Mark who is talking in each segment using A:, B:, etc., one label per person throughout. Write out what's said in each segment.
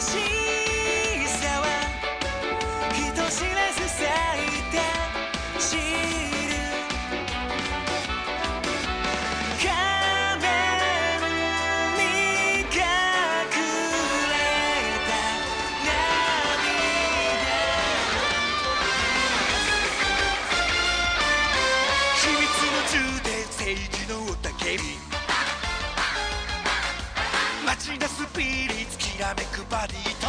A: しさは人知れず咲いて散る壁に隠れた涙秘密の充電政治の雄たけび街のスピリッツきらめくバディと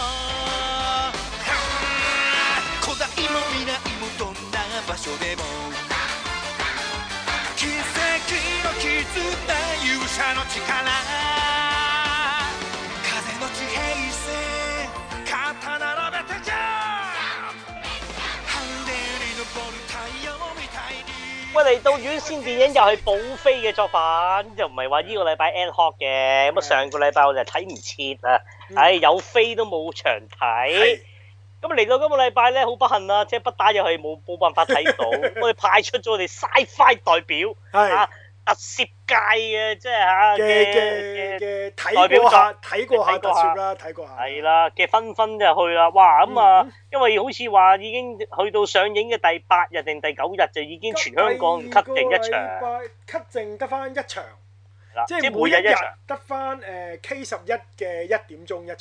A: 古代も未来もどんな場所でも奇跡の絆勇者の力風の地平線肩並べてじゃハンデに昇る太陽みたいに
B: 喂，嚟到院線電影又係補飛嘅作品，就唔係話呢個禮拜 end hot 嘅，咁啊上個禮拜我就睇唔切啊，唉有飛都冇場
C: 嗯
B: 睇
C: 係，
B: 咁嚟到今個禮拜咧好不幸啦，即係不打又係冇冇辦法睇 到，我哋派出咗我哋 sci-fi 代表
C: 係
B: 啊特攝界嘅即係嚇
C: 嘅嘅
B: 嘅嘅
C: 嘅
B: 代
C: 睇
B: 表
C: 過下
B: 作
C: 睇過下
B: 睇
C: 特
B: 過下
C: 攝啦，睇過下
B: 係，啦嘅紛紛就去啦，哇咁啊
C: 嗯
B: 因為好似話已經去到上映嘅第八日定第九日就已經全香港
C: 第
B: cut
C: 二個
B: 定一場。
C: 禮拜，cut 淨得翻一場，
B: 啦，
C: 即
B: 即
C: 係
B: 係
C: 每
B: 每
C: 一
B: 日一
C: 日
B: 場，
C: 得翻誒 K 十一嘅一點鐘一場，
B: 點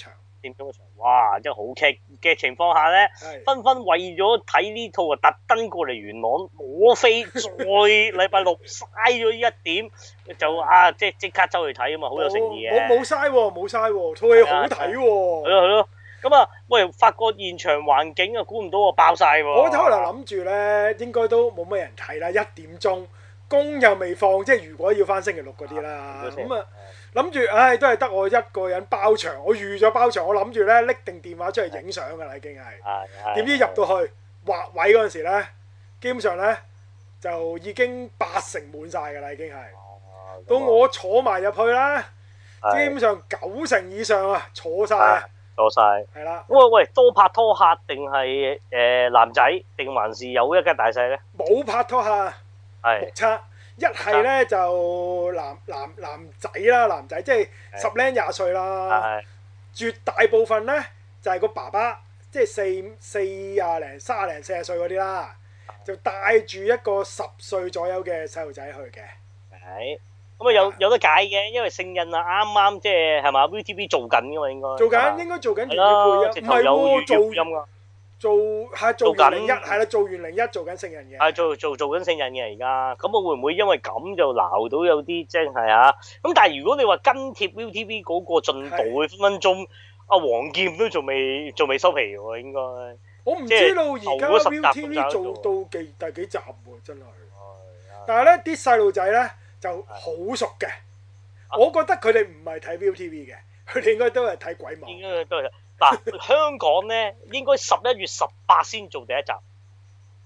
B: 鐘一場，哇！真係好劇嘅情況下咧，
C: 係
B: 紛紛為咗睇呢套啊，特登過嚟元朗攞飛，再禮拜六嘥咗一點，就啊即即刻走去睇啊嘛，好有誠意嘅。
C: 冇冇冇嘥喎，冇嘥喎，套戲好睇
B: 係
C: 喎。
B: 咯係咯，咁啊，喂，發覺現場環境啊，估唔到啊，爆晒喎。
C: 我頭嚟諗住咧，應該都冇乜人睇啦，一點鐘工又未放，即係如果要翻星期六嗰啲啦，咁啊。
B: 哦
C: 諗住，唉，都係得我一個人包場，我預咗包場，我諗住咧拎定電話出嚟影相㗎啦，已經係。
B: 係，係
C: 點知入到去劃位嗰陣時咧，基本上咧就已經八成滿晒㗎啦，已經係。
B: 哦
C: 到我坐埋入去啦，基
B: 係
C: 本上九成以上啊，坐晒啊，
B: 多晒。
C: 係啦，
B: 喂喂，多拍拖客定係誒男仔，定還是有一家大細咧？
C: 冇拍拖下，目
B: 係
C: 測。一係咧就男男男仔啦，男仔即係
B: 係
C: 十零廿歲啦。
B: 係
C: 絕大部分呢，就係、個爸爸，即係四四廿零、三廿零、四十歲嗰啲
B: 啊
C: 啦，就帶住一個十歲左右嘅細路仔去嘅。
B: 係咁啊有有得解嘅，因為聖印啊啱啱即係係嘛 VTV 做緊噶嘛應該
C: 做
B: 係
C: 緊
B: 嘛
C: 應該做緊
B: 哦啊
C: 粵語配
B: 係啦，直
C: 音，唔
B: 頭有
C: 係喎，
B: 粵語配
C: 做
B: 音噶，
C: 做係做
B: 做
C: 完
B: 緊
C: 零一係啦，做完零一做緊聖人
B: 係
C: 嘅。
B: 啊做做做緊聖印嘅而家，咁我會唔會因為咁就鬧到有啲即係啊？咁但係如果你話跟貼 VTV 嗰個進度，分分鐘阿黃劍都仲未仲未收皮喎應該，
C: 我唔
B: 即
C: 知
B: 係
C: 道而家
B: 頭嗰十集
C: ViuTV
B: 仲有
C: 做到幾第幾集喎，真係。但係呢啲細路仔呢，就好熟嘅，
B: 啊
C: 我覺得佢哋唔係睇 ViuTV 嘅，佢哋應該都係睇鬼網。
B: 應該都係嗱香港咧應該十一月十八先做第一集，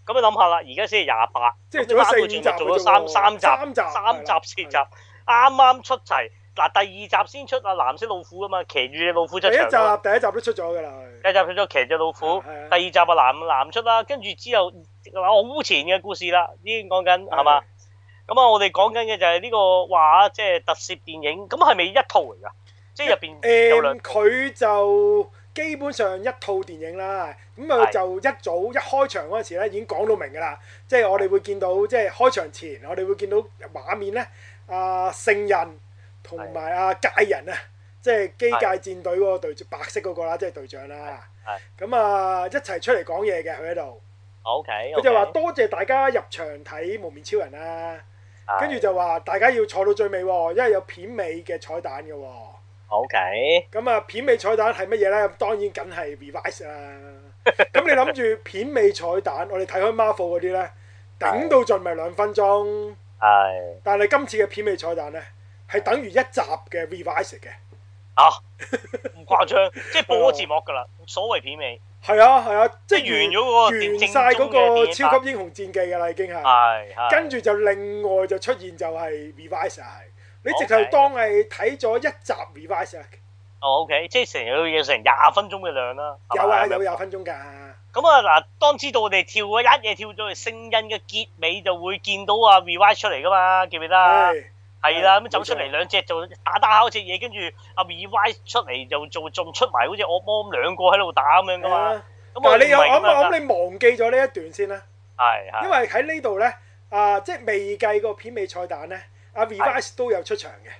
B: 咁你諗下啦，而家先係廿八。
C: 即係做咗四五集
B: 咁啱佢仲做咗
C: 嘅啫喎
B: 三三集，
C: 三集
B: 三集四集，
C: 係
B: 啱啱出齊。嗱，第二集先出啊藍色老虎啊嘛，騎住只老虎
C: 第
B: 出
C: 一集
B: 場喎。
C: 第一集都出咗㗎啦，佢
B: 第一集出咗騎只老虎，
C: 係啊係啊
B: 第二集啊藍藍出啦，跟住之後我好前嘅故事啦，已經講緊係嘛？咁啊，我哋講緊嘅就係呢個話，即係特攝電影，咁係咪一套嚟㗎？即係入邊有兩
C: 誒
B: 套
C: 佢就基本上一套電影啦，咁啊
B: 係
C: 就一早一開場嗰陣時咧已經講到明㗎啦，即係我哋會見到即係開場前我哋會見到畫面咧，阿聖人同埋阿界人啊，即係機界戰隊嗰個隊長白色嗰個啦，即係隊長啦
B: 係，
C: 咁啊一齊出嚟講嘢嘅佢喺度，
B: ，O K，
C: 佢就話多謝大家入場睇無面超人啦。跟住就話大家要坐到最尾喎，因為有片尾嘅彩蛋嘅喎。
B: O K，
C: 咁啊，片尾彩蛋係乜嘢呢？當然梗係 revise 啦。 咁你諗住片尾彩蛋，我哋睇開 Marvel 嗰啲呢，頂到盡咪兩分鐘。
B: 係
C: 但係今次嘅片尾彩蛋呢，係等於一集嘅 revise 嘅。
B: 啊，唔誇張， 即係播咗字幕㗎啦，所謂片尾。
C: 係啊係啊，即
B: 即係完咗嗰個
C: 完
B: 正
C: 晒嗰個
B: 正宗嘅電影啊
C: 超級英雄戰記㗎啦，已經係。
B: 係係
C: 跟住就另外就出現就係 revise 啊，係你直頭
B: OK
C: 當係睇咗一集 revise 啊，
B: 哦，OK，即係成日要成廿分鐘嘅量啦。係
C: 有
B: 咪
C: 啊有。廿分鐘㗎。
B: 咁啊嗱，當知道我哋跳啊，一嘢跳咗去聲音嘅結尾就會見到啊 revise 出嚟噶嘛，記唔記得啊？
C: 係
B: 係啦，咁走出嚟兩隻就打打下嗰隻嘢，跟住阿 V Y 出嚟就做仲出埋好似惡魔咁兩個喺度打咁樣噶
C: 啊
B: 嘛。咁我
C: 嗱，你又
B: 唔係
C: 我
B: 咁樣㗎
C: 諗你忘記咗呢一段先啦，
B: 係係
C: 因為喺呢度咧啊，即係未計個片尾彩蛋咧，阿 Revice 都有出場嘅，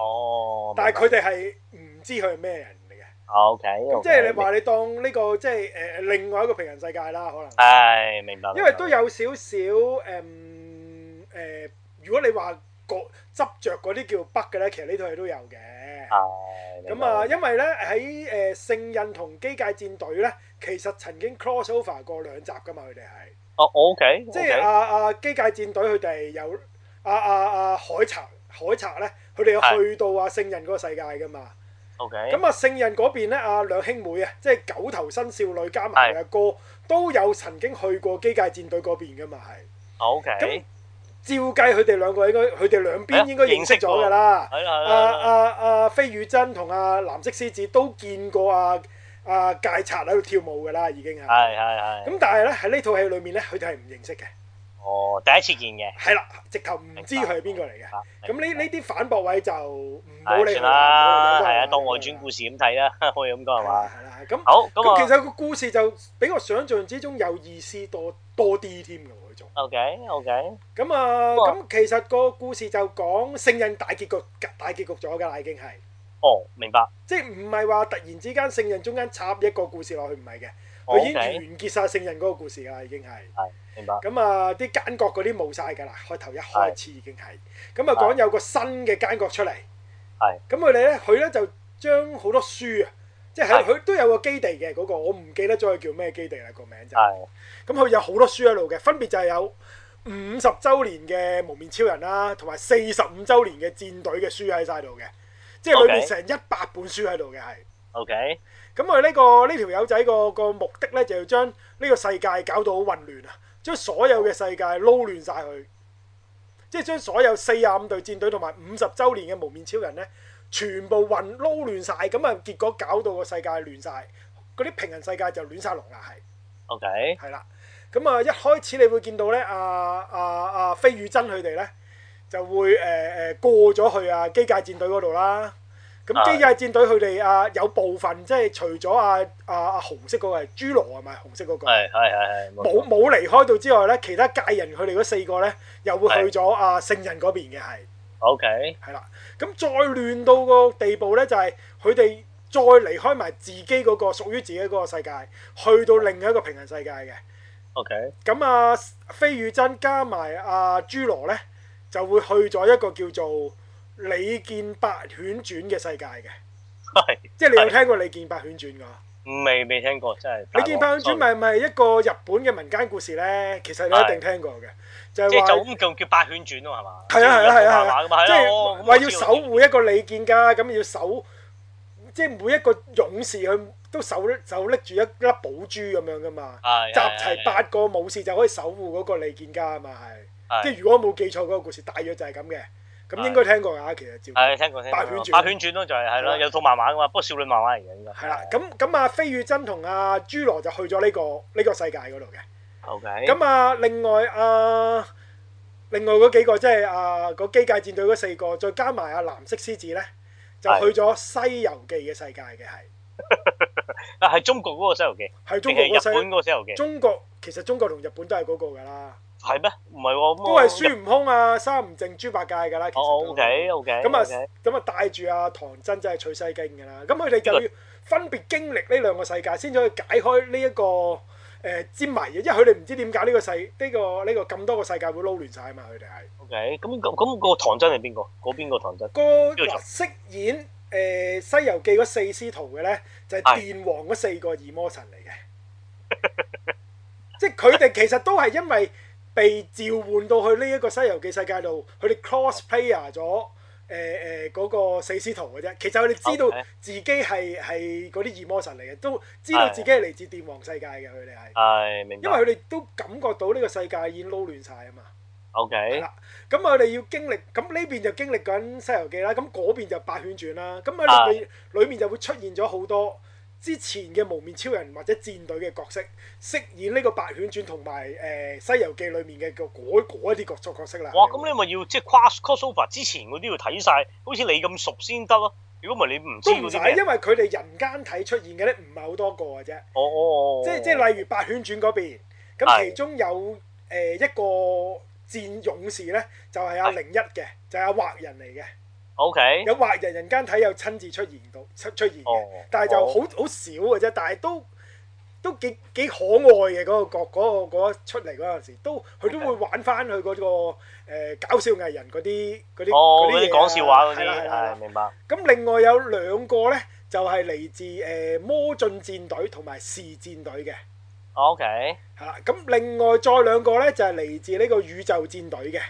B: 哦，
C: 但係佢哋係唔知佢係咩人嚟嘅，
B: O K，
C: 咁即係你話你當呢個即係誒另外一個平行世界啦，可能。
B: 係啊明白，
C: 因為都有少少誒嗯誒，如果你話個執着嗰啲叫北嘅咧，其實呢套戲都有嘅。
B: 係
C: 咁啊，，因為咧喺誒聖印同機界戰隊咧，其實曾經 cross over 過兩集噶嘛，佢哋係
B: 哦 O K，
C: 即係啊啊機界戰隊佢哋有啊啊啊海賊海賊咧，佢哋有
B: 係
C: 去到啊聖印嗰個世界噶嘛。
B: O K，
C: 咁啊聖印嗰邊咧，啊兩兄妹啊，即係九頭身少女加埋佢阿哥，都有曾經去過機界戰隊嗰邊噶嘛，係。
B: O K，
C: 咁照計佢哋兩個應該，佢哋兩邊應該認識咗㗎啦。
B: 係
C: 啊
B: 啦係啦，
C: 啊啊！飛宇珍同阿藍色獅子都見過啊啊戒賊喺度跳舞㗎啦，已經係。
B: 係係係。
C: 咁但係咧喺呢套戲裏面咧，佢哋係唔認識嘅，
B: 哦，第一次見嘅，
C: 係啦，直頭唔知佢係邊個嚟嘅。咁呢呢啲反駁位就唔好
B: 唉
C: 理佢
B: 算啦，
C: 唔好理佢
B: 係啊，
C: 係
B: 當外傳故事咁睇 啦，可以咁講係
C: 係啦
B: 嘛？
C: 係啦，咁
B: 好，
C: 咁其
B: 咁啊
C: 實個故事就比我想象之中有意思多多啲添㗎喎，佢仲。
B: ，OK OK，
C: 咁啊，
B: 哇
C: 咁其實個故事就講聖印大結局大結局咗㗎啦，已經係，
B: 哦，明白，
C: 即係唔係話突然之間聖印中間插一個故事落去，唔係嘅，
B: 哦
C: 佢已經
B: ，OK，
C: 完結晒聖印嗰個故事㗎啦，已經係。
B: 明白，
C: 咁啊，啲奸角嗰啲冇晒㗎啦，開頭一開始已經係。咁啊，講有個新嘅奸角出嚟。
B: 係。
C: 咁佢哋咧，佢咧就將好多書啊，即係喺
B: 係
C: 佢都有個基地嘅嗰個，我唔記得咗佢叫咩基地啦，個名就。
B: 係
C: 咁佢有好多書喺度嘅，分別就係有五十週年嘅幪面超人啦，同埋四十五週年嘅戰隊嘅書喺晒度嘅，即係裏面
B: OK
C: 成一百本書喺度嘅係。
B: ，OK，
C: 咁佢呢個呢條友仔個個目的呢，就要將呢個世界搞到好混亂啊，將所有嘅世界撈亂晒佢，即係將所有四十五隊戰隊同埋五十週年嘅幪面超人呢，全部混撈亂晒。咁啊結果搞到個世界亂晒，嗰啲平行世界就亂晒龍啦係。
B: OK，
C: 係啦，咁啊一開始你會見到咧，阿阿阿啊飛宇珍佢哋咧就會誒誒、呃過咗去啊機界戰隊嗰度啦。咁機界戰隊佢哋啊有部分即係除咗啊啊啊紅色嗰個係侏羅啊係咪紅色嗰、個？
B: 係係係係，
C: 冇冇離開到之外咧，其他界人佢哋嗰四個咧又會去咗啊聖人嗰邊嘅係。
B: ，OK，
C: 係啦，咁再亂到個地步咧，就係佢哋再離開埋自己嗰個屬於自己嗰個世界，去到另一個平行世界嘅。
B: OK，
C: 咁啊，飛宇珍加埋阿朱羅咧，就會去咗一個叫做李健八犬傳嘅世界嘅，
B: 係，
C: 即係你有聽過李健八犬傳㗎？
B: 未未聽過，真係，
C: 李健八犬傳咪咪一個日本嘅民間故事咧，其實你一定聽過嘅，就
B: 即
C: 係
B: 係就
C: 話
B: 咁叫叫八圈轉咯，係嘛？
C: 係啊係啊係啊係
B: 漫
C: 啊
B: 畫嘛，係，
C: 即
B: 啦
C: 係，話要守護一個李健家，咁要守，即係每一個勇士佢都手手拎住一粒寶珠咁樣㗎嘛，
B: 係
C: 集齊八個武士就可以守護嗰個李健家啊嘛係。即係如果我冇記錯嗰個故事，大約就係咁嘅。咁應該聽過㗎，其實照。
B: 係聽過聽過，
C: 八圈轉
B: 八圈轉咯，就係係
C: 係
B: 咯，
C: 啦
B: 有套漫畫噶嘛，不過少女漫畫嚟嘅應該。
C: 係啦，咁咁啊，飛宇珍同阿朱羅就去咗呢、個呢、個世界嗰度嘅。
B: OK，
C: 咁啊，另外啊，另外嗰幾個即係啊嗰機界戰隊嗰四個，再加埋阿藍色獅子咧，就
B: 係
C: 去咗《西遊記》嘅世界嘅係。
B: 啊係中國嗰個《西遊記》，
C: 係中
B: 定
C: 國
B: 係
C: 嗰個
B: 日本
C: 西
B: 嗰個《西遊記》？
C: 中國其實中國同日本都係嗰個㗎啦，
B: 係咩？唔係喎，咁
C: 都
B: 我
C: 係孫悟空啊、三唔正、豬八戒㗎啦。其實
B: 哦
C: 都
B: ，OK OK，
C: 咁啊，咁啊帶住阿唐真真係取西經㗎啦。咁佢哋就要分別經歷呢兩個世界，先至可以解開呢、一個誒、呃之謎嘅。因為佢哋唔知點解呢個世呢、個呢、個咁多個世界會撈亂晒啊嘛。佢哋係
B: OK，咁咁咁個唐僧係邊個？嗰邊個唐僧？
C: 個
B: 叫做
C: 嗱飾演誒、呃西遊記》嗰四師徒嘅咧，就係、
B: 係
C: 電王嗰四個二魔神嚟嘅。 即係佢哋其實都係因為被召喚到去呢一個《西遊記》世界度，佢哋 crossplayer 咗誒誒嗰個四師徒嘅啫。其實佢哋知道
B: OK
C: 自己係係嗰啲二魔神嚟嘅，都知道
B: 係
C: 自己係嚟自電王世界嘅。佢哋係，
B: 係明
C: 因
B: 白
C: 為佢哋都感覺到呢個世界已經撈亂晒啊嘛。係
B: ，OK，
C: 啦，咁我哋要經歷，咁呢邊就經歷緊《西遊記》啦，咁嗰邊就八圈傳啦，咁喺
B: 啊
C: 裏面裏面就會出現咗好多之前嘅無面超人或者戰隊嘅角色，飾演呢個白犬傳同埋誒《西遊記》裡面嘅嗰嗰一啲角色角色啦。
B: 哇！咁你咪要即係 cross crossover 之前嗰啲要睇晒，好似你咁熟先得咯。如果唔係你唔知
C: 都唔
B: 嗰
C: 使，
B: 啲咩
C: 因為佢哋人間體出現嘅咧，唔係好多個嘅啫。
B: 哦哦，哦
C: 即係即係例如《白犬傳》嗰邊，咁
B: 係
C: 其中有誒、呃一個戰勇士咧，就係阿
B: 係
C: 零一嘅，就係阿畫人嚟嘅，
B: OK，
C: 有畫人人間體有親自出現到出出現嘅，
B: 哦
C: 但係就好好少嘅啫，但係都。都幾幾可愛嘅嗰、個角，嗰、個嗰出嚟嗰陣時，都佢都
B: OK
C: 會玩翻佢嗰個、呃、搞笑藝人嗰啲嗰啲
B: 哦嗰
C: 嘢啊
B: 啲講笑話嗰
C: 係啦係啦
B: 啲，
C: 係啦
B: 係明白。
C: 咁另外有兩個呢，就係、嚟自誒、呃魔進戰隊同埋士戰隊嘅，
B: OK，
C: 係啦。咁另外再兩個呢，就係、嚟自呢個宇宙戰隊嘅。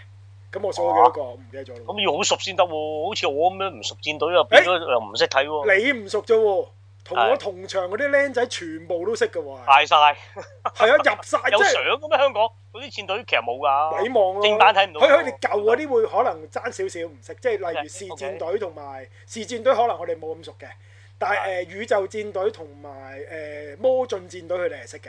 C: 咁我數咗幾多
B: 哦
C: 個？唔記得咗啦。
B: 咁要好熟先得喎，好似我咁樣唔熟戰隊啊，變咗又唔識睇喎，
C: 你唔熟啫喎，同我
B: 係
C: 同場嗰啲僆仔全部都識嘅喎，
B: 大晒
C: 係啊，入晒
B: 有
C: 即
B: 相
C: 係
B: 嘅咩？香港嗰啲戰隊其實冇
C: 鬼
B: 㗎，
C: 望咯。
B: 正版睇唔到
C: 佢佢哋舊嗰啲會可能爭少少唔識，即係例如士
B: OK
C: 戰隊同埋士戰隊可能我哋冇咁熟嘅，但係誒、呃宇宙戰隊同埋誒魔進戰隊佢哋係識嘅。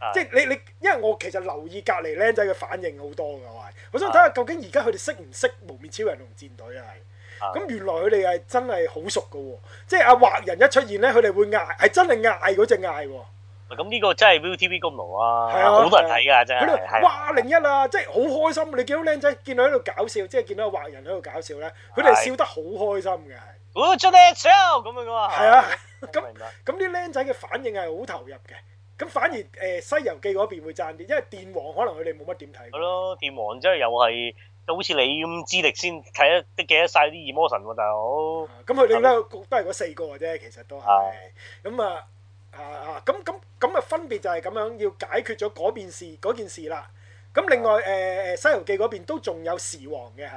B: 啊
C: 即係你你，因為我其實留意隔離僆仔嘅反應好多㗎，我係我想睇下究竟而家佢哋識唔識無面超人同戰隊啊？
B: 啊
C: 係咁原來佢哋係真係好熟㗎喎，即係阿畫人一出現咧，佢哋會嗌，係真係嗌嗰只嗌喎，
B: 咁呢個真係 ViuTV 功勞啊，
C: 係啊
B: 好多人睇㗎真
C: 佢
B: 係，
C: 哋
B: 係
C: 哇零一啊，即係好開心！你見到僆仔見到喺度搞笑，即係見到阿畫人喺度搞笑咧，佢哋係
B: 係啊
C: 笑得好開心嘅，係
B: ，Good job Excel 咁樣㗎嘛，
C: 係啊，咁
B: 明白
C: 咁啲僆仔嘅反應係好投入嘅，咁反而誒、呃西遊記嗰邊會爭啲，因為電王可能佢哋冇乜點睇
B: 係
C: 過。
B: 咯，電王真係又係好似你咁資歷先睇得記得晒啲異魔神喎，大佬。
C: 啊咁佢哋都都係嗰四個嘅啫，其實都係
B: 啊。
C: 咁啊啊啊！咁咁咁啊，分別就係咁樣要解決咗嗰件事嗰件事啦。咁另外誒誒、呃西遊記》嗰邊都仲有時王嘅 係，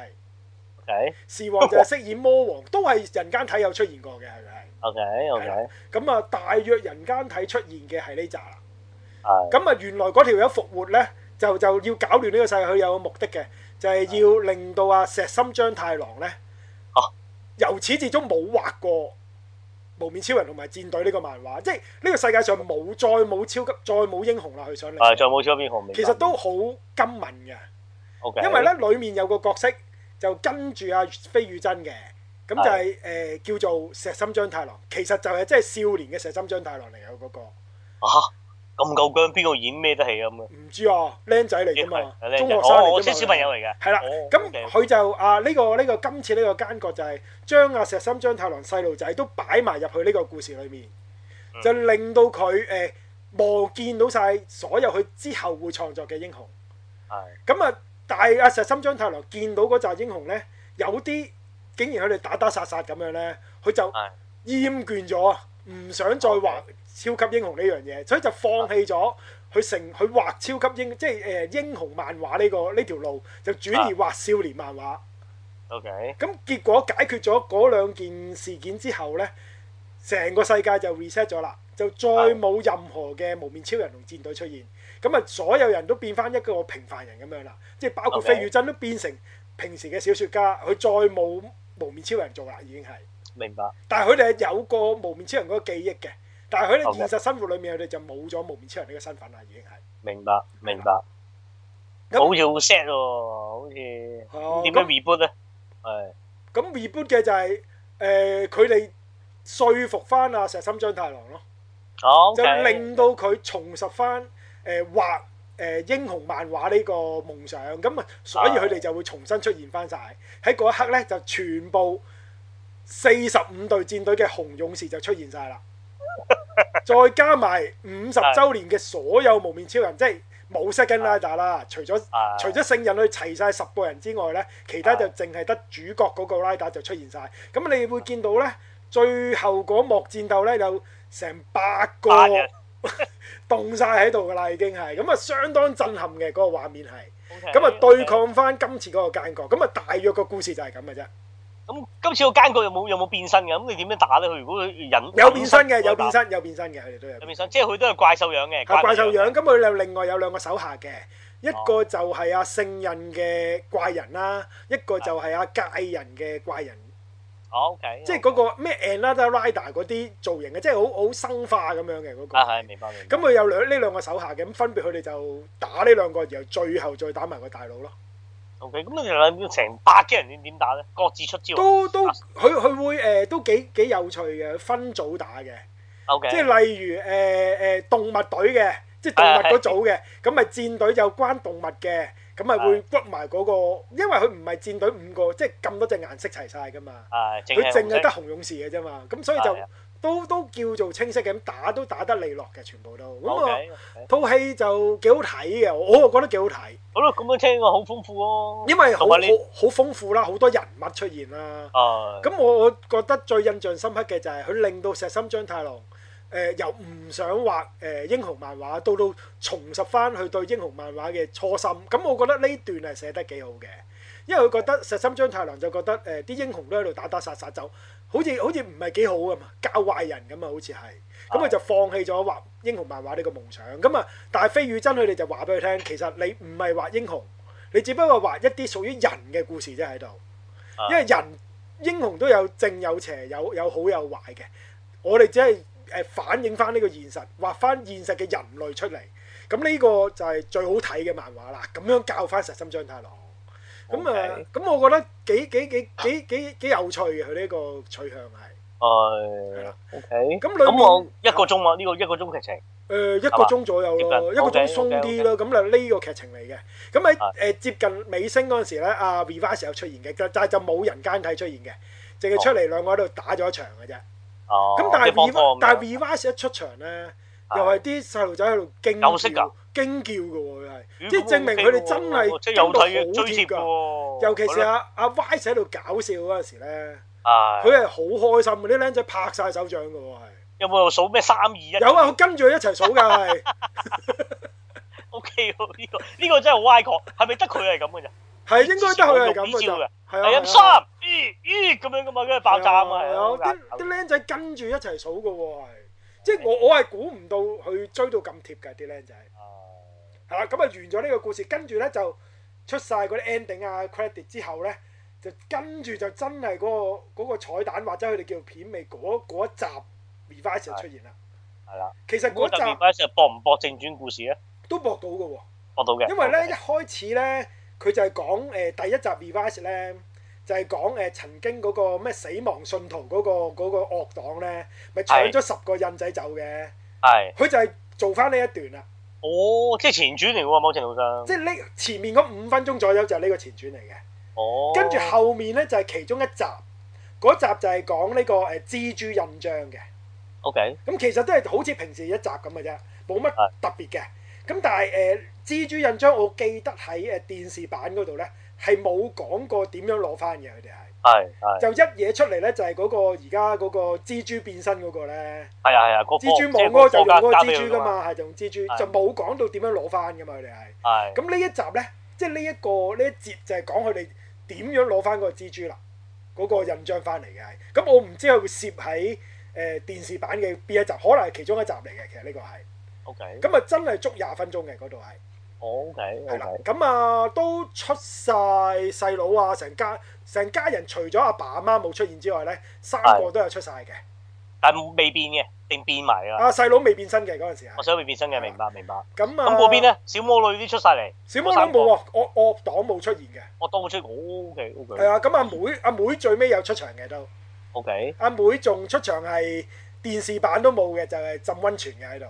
B: OK
C: 時王就係飾演魔王，都係人間體有出現過嘅係
B: OK
C: 係
B: OK
C: 啦佢係。啊咁啊，大約人間體出現嘅係呢扎啦。
B: 係
C: 咁啊，原來嗰條友復活咧，就就要搞亂呢個世界，佢有個目的嘅，就係、要令到阿石心張太郎咧，
B: 啊
C: 由始至終冇畫過無面超人同埋戰隊呢個漫畫，即係呢個世界上冇再冇超級再冇英雄啦，佢想
B: 係，
C: 嚟，
B: 再冇超邊紅未？
C: 其實都好金敏嘅，
B: OK，
C: 因為咧裡面有個角色就跟住阿飛宇真嘅。咁就係、誒、叫做石心張太郎，其實就係即係少年嘅石心張太郎嚟嘅嗰個，
B: 啊咁夠姜，邊個演咩得起咁嘅？
C: 唔知啊，僆仔嚟㗎嘛，
B: 係
C: 中學生嚟㗎
B: 哦
C: 嘛
B: 我即係小朋友嚟嘅。
C: 係啦
B: 哦，
C: 咁
B: OK
C: 佢就啊呢個呢個今次呢個奸角就係將阿石心張太郎細路仔都擺埋入去呢個故事裏面，
B: 嗯
C: 就令到佢呃誒望見到晒所有佢之後會創作嘅英雄。
B: 係
C: 咁啊，但係阿石心張太郎見到嗰扎英雄呢，有啲竟然佢哋打打殺殺咁樣呢，佢就
B: 係
C: 厭倦咗，唔想再畫超級英雄呢樣嘢，所以就放棄咗佢成佢畫超級英即係誒、呃英雄漫畫呢、個呢條路，就轉而畫少年漫畫。
B: OK
C: 咁結果解決咗嗰兩件事件之後呢，成個世界就 reset 咗啦，就再冇任何嘅無面超人同戰隊出現。咁啊，所有人都變翻一個平凡人咁樣啦，即係包括
B: OK
C: 飛宇真都變成平時嘅小説家，佢再冇無面超人做啦，已經係。
B: 明白。
C: 但係佢哋係有個無面超人嗰個記憶嘅，但係佢哋
B: OK
C: 現實生活裏面佢哋就冇咗無面超人呢個身份啦，已經係。
B: 明白，明白。
C: 咁
B: 好似好 sad 喎，好似
C: 哦
B: 點樣
C: 咁
B: reboot 咧？係
C: 咁 reboot 嘅就係誒佢哋說服翻阿石心張太郎咯。
B: 哦
C: 就
B: OK，
C: 令到佢重拾翻誒畫誒英雄漫畫呢個夢想，咁啊，所以佢哋就會重新出現翻晒。喺嗰一刻呢，就全部四十五隊戰隊嘅紅勇士就出現晒 啦，再加埋五十週年嘅所有無面超人，即係冇 Second Rider 啦，除咗
B: 係
C: 除咗聖人去齊晒十個人之外呢，其他就淨係得主角嗰個拉打就出現晒。咁你會見到呢，最後嗰幕戰鬥呢，有成八個
B: 八人
C: 凍晒喺度噶啦，已經係咁啊，相當震撼嘅嗰、個畫面係。
B: OK，
C: 咁啊，
B: OK
C: 對。抗翻今次嗰個間角，咁啊，大約個故事就係咁嘅啫。
B: 咁今次個奸角有冇有冇變身嘅？咁你點樣打咧？佢如果佢人
C: 有變身嘅，
B: 人
C: 有變身，有變身嘅，佢哋都有啊
B: 有。變身，即係佢都係怪獸樣嘅。
C: 係怪獸樣，咁佢有另外有兩個手下嘅，一個就係阿聖人嘅怪人啦，一個就係阿界人嘅怪人。
B: 哦，OK，
C: 即係嗰個咩 Another Rider 嗰啲造型嘅，即係好好生化咁樣嘅嗰個。
B: 啊係，明白明白。
C: 咁佢有兩呢兩個手下嘅，咁分別佢哋就打呢兩個，然後最後再打埋個大佬咯。
B: OK，咁你哋成百幾人點點打咧？各自出招。
C: 都都佢佢會誒都幾幾有趣嘅，分組打嘅，
B: OK，
C: 即係例如誒誒動物隊嘅，即係
B: 啊
C: 動物嗰組嘅，咁咪戰隊就關動物嘅，咁咪
B: 啊
C: 會屈埋嗰個，因為佢唔係戰隊五個，即係咁多隻顏色齊晒㗎嘛，
B: 係
C: 佢淨係得
B: 紅
C: 紅啊勇士嘅啫嘛，咁所以就
B: 係啊
C: 都都叫做清晰嘅，咁打都打得利落嘅，全部都
B: 色。
C: 咁啊
B: OK，
C: 套戲就幾好睇嘅，我我覺得幾好睇。
B: 好啦，咁樣聽喎，好豐富哦。
C: 因為好
B: 同
C: 好
B: 埋你
C: 好豐富啦，好多人物出現啦。
B: 啊，
C: 咁我我覺得最印象深刻嘅就係佢令到石心張太郎誒、呃由唔想畫誒、呃英雄漫畫，到到重拾翻佢對英雄漫畫嘅初心。咁我覺得呢段係寫得幾好嘅，因為佢覺得石心張太郎就覺得誒啲、英雄都喺度打打殺殺就好似好似唔係幾好咁啊，教壞人咁啊，好似係。咁佢就放棄咗畫英雄漫畫呢個夢想。咁啊，但係飛羽真佢哋就話俾佢聽，其實你唔係畫英雄，你只不過畫一啲屬於人嘅故事啫喺度。
B: 啊
C: 因為人英雄都有正有邪，有有好有壞嘅。我哋只係誒反映翻呢個現實，畫翻現實嘅人類出嚟。咁呢個就係最好睇嘅漫畫啦。咁樣教翻實心張太郎。咁啊
B: OK，
C: 咁我覺得幾幾幾幾幾幾有趣嘅佢呢個取向係。係
B: 誒
C: 啦
B: 啊，OK。
C: 咁裏面
B: 咁我一個鐘啊，呢個一個鐘劇情。
C: 誒呃一個鐘左右
B: 接近
C: 咯，一個鐘
B: OK，OK，OK 啊
C: 鬆啲咯，咁就呢個劇情嚟嘅。咁喺
B: 係
C: 誒接近尾聲嗰陣時咧，阿 Revice 有出現嘅，但但係就冇人間體出現嘅，淨係出嚟兩個喺度打咗一場嘅啫。
B: 哦。
C: 咁但係
B: 即幫
C: Revi
B: 拖咁樣
C: 但係 Revice 一出場咧，
B: 係
C: 又係啲細路仔喺度
B: 有識
C: 驚
B: 㗎
C: 叫，驚叫嘅喎，佢係，
B: 咦
C: 即係
B: 咁
C: 證明佢哋真
B: OK 喎
C: 係
B: 即
C: 跟
B: 係有
C: 到好
B: 睇嘅追
C: 貼
B: 貼嘅
C: 㗎。
B: 喎。
C: 尤其是
B: 係咯
C: 阿阿 Vice 喺度搞笑嗰陣時咧，
B: 係
C: 啊佢係好開心嘅，啲僆仔拍晒手掌嘅喎係。
B: 有冇數咩三二一？
C: 有啊，我跟住佢一齊數㗎 係，
B: O K 喎，呢個呢個真係好歪確，係咪得佢係咁嘅咋？
C: 係應該得佢係咁
B: 之前我用呢招
C: 㗎
B: 嘅
C: 咋，係啊
B: 係啊，
C: 係
B: 三
C: 啊。
B: 咦咦咁樣噶嘛，跟住爆炸啊嘛，
C: 係
B: 係
C: 啊！
B: 啊
C: 啲啲僆仔跟住一齊數嘅喎，係即係我我係估唔到佢追到咁貼嘅啲僆仔。係啦，咁啊完咗呢個故事，跟住咧就出晒嗰啲 ending 啊 credit 之後咧，就跟住就真係嗰、個嗰個彩蛋或者佢哋叫片尾嗰嗰一集 revise 就出現啦。
B: 係啦。
C: 其實
B: 咁特別
C: 嗰集
B: 嗰陣博唔博正傳故事咧？
C: 都搏到嘅喎。
B: 博到嘅，
C: 因為咧一開始咧，佢就係講誒、呃第一集 revise 咧，就係講誒曾經嗰個咩死亡信徒嗰、個嗰、個惡黨咧，咪搶咗十個印仔走嘅，
B: 係
C: 佢就係做翻呢一段啦。
B: 哦，即係前傳嚟喎，某程度上。
C: 即係呢前面嗰五分鐘左右就係呢個前傳嚟嘅，
B: 哦，
C: 跟住後面咧就係其中一集，嗰集就係講呢個誒蜘蛛印章嘅。
B: O K，
C: 咁其實都係好似平時一集咁嘅啫，冇乜
B: 係
C: 特別嘅。咁但係誒、呃蜘蛛印章，我記得喺誒電視版嗰度咧係冇講過點樣攞翻嘅，佢哋係
B: 係係
C: 就一嘢出嚟咧就係嗰個而家嗰個蜘蛛變身嗰個咧，
B: 係啊係啊，個
C: 蜘蛛網嗰個就用嗰個蜘蛛
B: 噶
C: 噶，嘛，係就用蜘蛛，
B: 係
C: 就冇講到點樣攞翻噶嘛，佢哋係。
B: 係
C: 咁呢一集咧，即係呢一個呢一節就係講佢哋點樣攞翻嗰個蜘蛛啦，嗰、個印章翻嚟嘅係。咁我唔知佢會攝喺誒電視版嘅邊一集，可能係其中一集嚟嘅。其實呢個係，
B: O K，
C: 咁啊真係足廿分鐘嘅嗰度係，
B: O K
C: 係
B: O
C: 啦
B: K，。
C: 咁啊都出晒細佬啊，成家成家人除咗阿爸阿媽冇出現之外咧，三個都有出晒嘅。啊
B: 但係未變嘅，定變埋㗎啦。
C: 阿細佬未變身嘅嗰陣時係
B: 我，想未變身嘅，明白明白。
C: 咁啊
B: 哦咁嗰邊？咧，小魔女啲出晒嚟，
C: 小魔女冇喎，惡惡黨冇出現嘅。
B: 我當出 O K O
C: 係
B: K
C: 啊，咁阿妹阿妹最尾有出場嘅都。
B: O K，
C: 阿妹仲出場係電視版都冇嘅，就係、浸温泉嘅 喺度，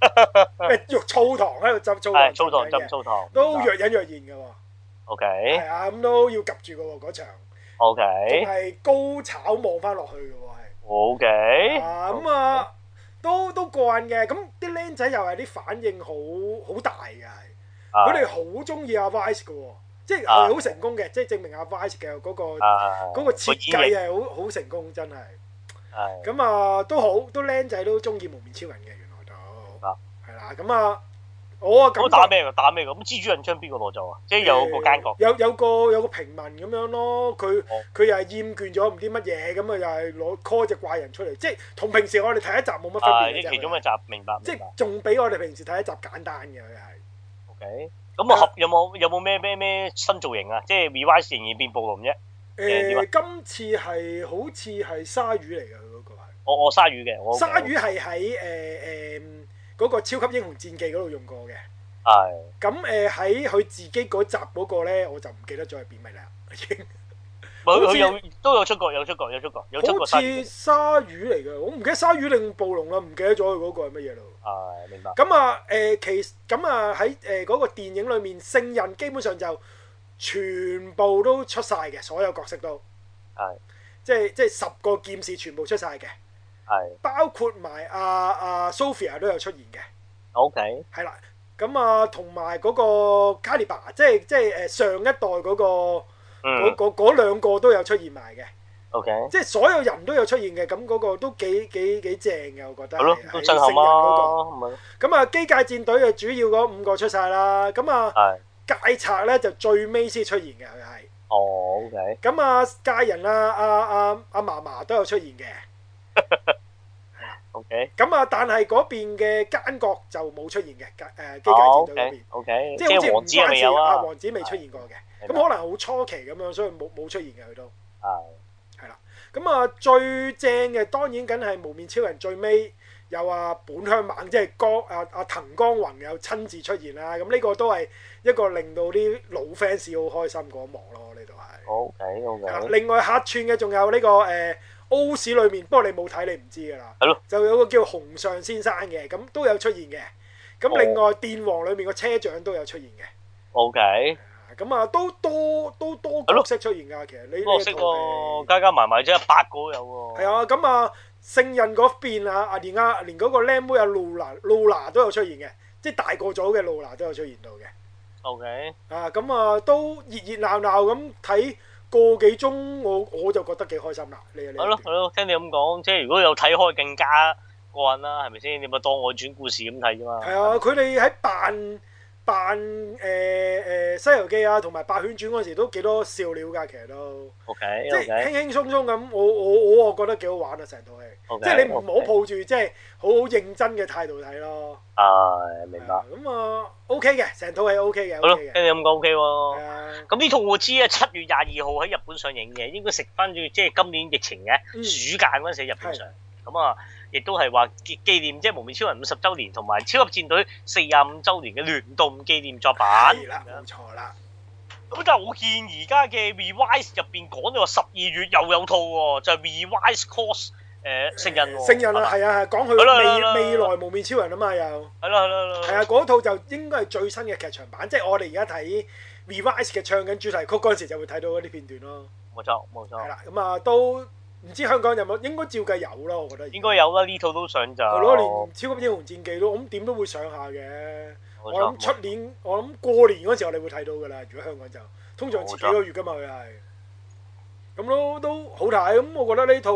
C: 誒浴澡堂喺度浸澡堂
B: 係粗堂
C: 緊嘅
B: 浸粗堂，
C: 都若隱若現嘅喎，
B: O K
C: 係啊，咁都要及住嘅喎嗰場，
B: O
C: 仲
B: K
C: 係高炒望翻落去嘅喎
B: O
C: 係，
B: K，
C: 啊咁啊都都過癮嘅，咁啲僆仔又係啲反應好好大嘅係。啊佢哋好中意阿 Vice 嘅喎，即係
B: 啊
C: 係好成功嘅，即係證明阿 Vice 嘅嗰個
B: 啊
C: 嗰個設計係好好成功，真係。
B: 係
C: 咁啊都好，都僆仔都中意蒙面超人嘅，原來都
B: 啊
C: 係啦。咁啊，我啊感
B: 咁
C: 覺
B: 打咩㗎？打咩㗎？咁蜘蛛人將邊個攞走啊？即係有個奸角
C: 誒。有有個有個平民咁樣咯，佢
B: 哦
C: 佢又係厭倦咗唔知乜嘢，咁啊又係攞 call 只怪人出嚟，即係同平時我哋睇一集冇乜分
B: 啊！
C: 別嘅
B: 呢
C: 啫
B: 其中
C: 佢
B: 一
C: 係
B: 集明白，
C: 即
B: 明白
C: 係。仲比我哋平時睇一集簡單嘅佢係。
B: O K。咁啊，合有冇有冇咩咩咩新造型啊？即係 revise 仍然變暴龍啫。誒點啊
C: 誒，今次係好似係鯊魚嚟嘅佢嗰個係，
B: 我我鯊魚嘅，我
C: 鯊魚係喺誒誒嗰個超級英雄戰記嗰度用過嘅。
B: 係
C: 咁誒喺佢自己嗰集嗰個咧，我就唔記得咗係邊位啦。已經
B: 佢
C: 好
B: 佢
C: 似
B: 有都有出過，有出過，有出過，有出
C: 好
B: 過
C: 似
B: 鯊魚。
C: 鯊魚嚟嘅，我唔記得鯊魚定暴龍啦，唔記得咗佢嗰個係乜嘢咯。
B: 係明白。
C: 咁啊誒，其咁啊喺誒嗰個電影裏面，聖人基本上就全部都出晒嘅，所有角色都
B: 係
C: 即係即係十個劍士全部出晒嘅，
B: 係
C: 包括埋阿阿 Sophia 都有出現嘅，
B: OK
C: 係啦。咁啊，同埋嗰個 Caliber，即係即係誒上一代嗰、個。嗰
B: 嗯
C: 嗰嗰兩個都有出現埋嘅，
B: OK
C: 即係所有人都有出現嘅，咁嗰個都幾幾幾正嘅，我覺得
B: 係咯
C: 係，
B: 都
C: 係
B: 震撼
C: 聖人嗰
B: 啊！咪
C: 個咁啊，機界戰隊嘅主要嗰五個出晒啦，咁啊
B: 係
C: 界賊咧就最尾先出現嘅佢
B: 哦 OK
C: 係，咁啊界人啊啊啊啊嫲嫲都有出現嘅，
B: OK
C: 咁啊但係嗰邊嘅奸角就冇出現嘅，界誒機界
B: 哦
C: 戰隊嗰邊
B: OK，OK，
C: 即
B: 即
C: 係
B: 係
C: 好
B: 王
C: 似
B: 子
C: 唔
B: 係
C: 關
B: 咪
C: 事
B: 有
C: 啊，
B: 啊？
C: 王子未出現過嘅，咁
B: 係
C: 可能好初期咁樣，所以冇冇出現嘅佢都。
B: 係
C: 咁啊，最正嘅當然梗係無面超人最尾有啊本鄉猛，即係江啊啊滕江雲有親自出現啦。咁呢個都係一個令到啲老 fans 好開心嗰一幕咯，呢度係。
B: OK
C: 啊
B: OK
C: 另外客串嘅仲有呢、個誒、呃、歐市裏面，不過你冇睇你唔知㗎啦。
B: 係咯。
C: 就有個叫洪尚先生嘅，咁都有出現嘅。咁
B: 哦
C: 另外電王裏面個車長都有出現嘅。
B: OK，
C: 啊咁啊，都多都多
B: 係咯
C: 角色出現㗎，其實呢呢一
B: 我識
C: 套
B: 喎，
C: 戲
B: 加加埋埋即係八個有喎。
C: 係啊，咁啊，聖人嗰邊啊，阿連啊，連嗰個靚妹阿露娜，露娜都有出現嘅，即係大個咗嘅露娜都有出現到嘅。
B: OK
C: 啊，咁啊，都熱熱鬧鬧咁睇個幾鐘，我我就覺得幾開心啦。 你啊你
B: 係咯係咯，聽你咁講，即係如果有睇開更加過癮啦，係咪先？你咪當外傳故事咁睇啫嘛。
C: 係啊，佢哋喺扮扮誒誒《西遊記》啊，同埋《八犬傳》嗰時都幾多笑料㗎，其實都
B: OK
C: 即係
B: OK
C: 輕輕鬆鬆咁，我我我我覺得幾好玩啊，成套戲。
B: OK，
C: 即係你唔好
B: OK
C: 抱住即係好好認真嘅態度睇咯。
B: 係明白。
C: 啊咁啊，OK 嘅，成套戲 OK 嘅
B: 好咯，
C: ，OK
B: 聽
C: 嘅。
B: 你咁講 OK
C: 係
B: 喎。
C: 啊，
B: 咁呢套我知啊，七月廿二號喺日本上映嘅，應該食翻住即係今年疫情嘅
C: 嗯
B: 暑假嗰陣時喺日本上。咁啊，亦都係話紀紀念即係無面超人五十週年同埋超級戰隊四十五週年嘅聯動紀念作品。
C: 係啦，冇錯啦。
B: 咁但係我見而家嘅 Revise 入邊講咗話十二月又有套喎，就係 Revise Course 誒聖人喎。
C: 聖人啊，
B: 係
C: 係啊，係講佢
B: 好啦好啦
C: 未未來無面超人啊嘛，又
B: 係啦係啦
C: 係
B: 係
C: 啊，
B: 啦。
C: 嗰套就應該係最新嘅劇場版，即係我哋而家睇 Revise 嘅唱緊主題曲嗰陣時就會睇到嗰啲片段咯。
B: 冇錯冇
C: 係
B: 錯，
C: 啦，咁啊都唔知香港有冇，應該照計有咯，我覺得而家
B: 應該。有啦，呢套都上就。
C: 係咯，連超級英雄戰記都咁點都會上下嘅。
B: 冇
C: 我
B: 錯
C: 諗出年，我諗過年嗰時候你會睇到㗎啦。如果香港就通常前幾個月㗎嘛，佢係咁都都好睇。咁我覺得呢套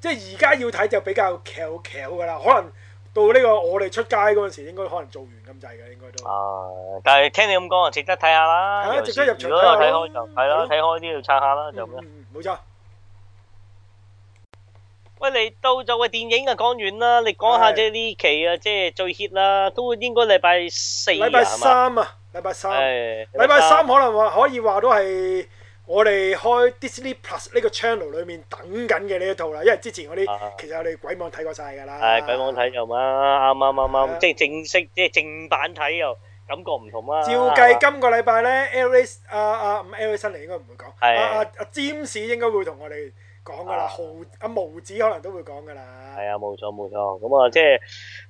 C: 即係而家要睇就比較翹翹㗎啦。可能到呢個我哋出街嗰陣時，應該可能做完咁滯嘅，應該都
B: 啊！但係聽你咁講啊，值得睇下啦。
C: 係啊
B: 尤其
C: 值得入場
B: 如果有
C: 睇下
B: 睇
C: 咯
B: 開就係啦
C: 係咯，
B: 睇開啲要撐下啦，就咁
C: 嗯
B: 樣。
C: 嗯嗯冇錯。
B: 喂，嚟到就喂電影啊，講完啦，你講下
C: 係
B: 即係呢期啊，即係最 hit 啦，都應該禮拜四啊，
C: 禮拜
B: 係嘛
C: 三啊，禮拜三，
B: 係
C: 禮拜三可能話可以話都係我哋開 Disney Plus 呢個 channel 裏面等緊嘅呢一套啦。因為之前嗰啲
B: 啊
C: 其實我哋鬼網睇過晒㗎啦。
B: 係鬼網睇就嘛，啱啱啱
C: 係啊
B: 啱，即係正式即係正版睇又感覺唔同啊。
C: 照計今個禮拜咧，LA 啊啊唔 LA 辛尼應該唔會講，
B: 係
C: 啊啊啊詹士應該會同我哋講噶啦，
B: 啊
C: 豪啊毛子可能都會講噶啦，
B: 係啊，冇錯冇錯，咁啊即係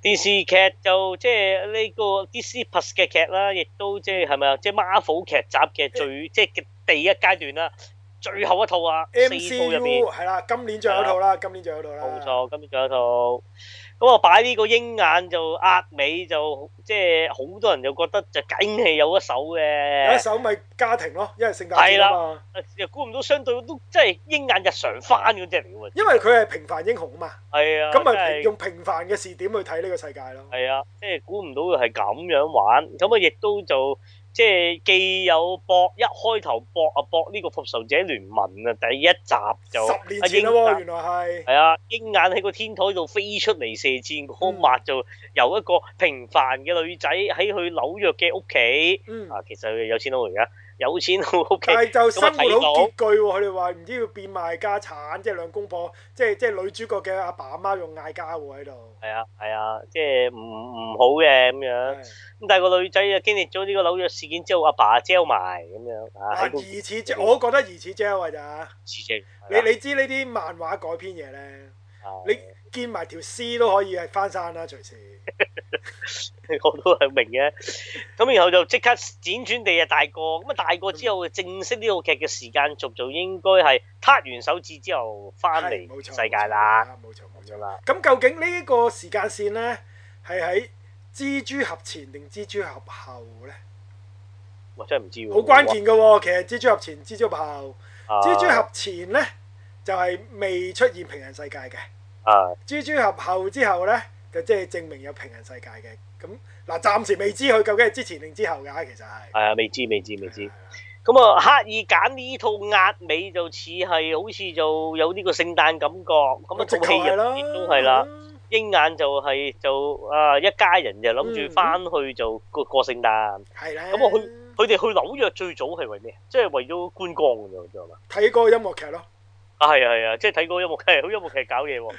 B: 電視劇就即係呢個 DC Plus 嘅劇啦，亦都即係係咪啊？即係 Marvel 劇集嘅最即係第一階段啦，最後一套啊，四套入邊
C: MCU
B: 啊
C: 係啦，今年最後一套啦，今年最後一套啦，
B: 冇錯，今年最後一套。咁啊擺呢個鷹眼就壓尾就即係好多人就覺得就梗係有一手
C: 有一
B: 嘅，
C: 首咪家庭咯，因為聖誕節啊嘛，
B: 又估唔到相對都即係鷹眼日常翻嗰只嚟喎，
C: 因為佢係平凡英雄啊嘛，
B: 係啊，
C: 咁
B: 真
C: 咪
B: 係
C: 平用平凡嘅視點去睇呢個世界咯，
B: 係啊，即係估唔到佢係咁樣玩，咁啊亦都就即係既有博一開頭博啊博呢個復仇者聯盟啊第一集就啊
C: 十年前啦喎，原來係，
B: 係啊，鷹眼喺個天台度飛出嚟射箭嗰幕就由一個平凡嘅女仔喺佢紐約嘅屋企
C: 嗯
B: 啊，其實佢有錢佬嚟噶，有錢好 OK，
C: 但係就
B: 咁啊
C: 生活好拮
B: 睇
C: 據喎，佢哋話唔知要變賣家產，即係兩公婆，即係即係女主角嘅阿爸阿媽用嗌交喎喺度。
B: 係啊係啊，即係唔唔好嘅咁樣。
C: 係
B: 咁但係個女仔啊經歷咗呢個紐約事件之後，阿爸啊嚼埋咁樣啊，
C: 啊
B: 喺公司
C: 疑似即我覺得疑似啫㗎咋。
B: 自證。
C: 你你知呢啲漫畫改編嘢咧，
B: 你
C: 你見埋條屍都可以係翻山啦，隨時。
B: 我都係 明嘅。咁啊然後就即刻輾轉地啊大個，咁啊大個之後正式呢套劇嘅時間軸就應該係攤完手指之後翻
C: 係
B: 嚟
C: 冇錯
B: 世界啦，
C: 冇錯冇
B: 咁
C: 錯
B: 樣
C: 冇錯。
B: 啦。
C: 咁究竟呢個時間線咧係喺蜘蛛俠前定蜘蛛俠後咧？
B: 我真係唔知喎。
C: 好關鍵嘅喎，其實蜘蛛俠前、蜘蛛俠後，
B: 啊，
C: 蜘蛛俠前咧就係未出現平行世界嘅，
B: 啊
C: 蜘蛛俠後之後咧就即係證明有平行世界嘅。咁嗱，暫時未知佢究竟係之前定之後㗎，其實係。
B: 係啊，未知未知未知
C: 係。啊
B: 咁啊，刻意揀呢套壓尾就似係好似就有呢個聖誕感覺，咁啊
C: 直
B: 套
C: 頭
B: 戲
C: 係
B: 入
C: 啦
B: 邊都係啦。。鷹眼就係、就啊一家人就
C: 嗯
B: 諗住翻去就過過聖誕。
C: 係啦。
B: 咁我啊佢哋去紐約最早係為咩？即係為咗觀光㗎啫，係嘛？
C: 睇嗰個音樂劇咯，
B: 啊係啊係啊，即係睇嗰個音樂劇，好音樂劇搞嘢喎。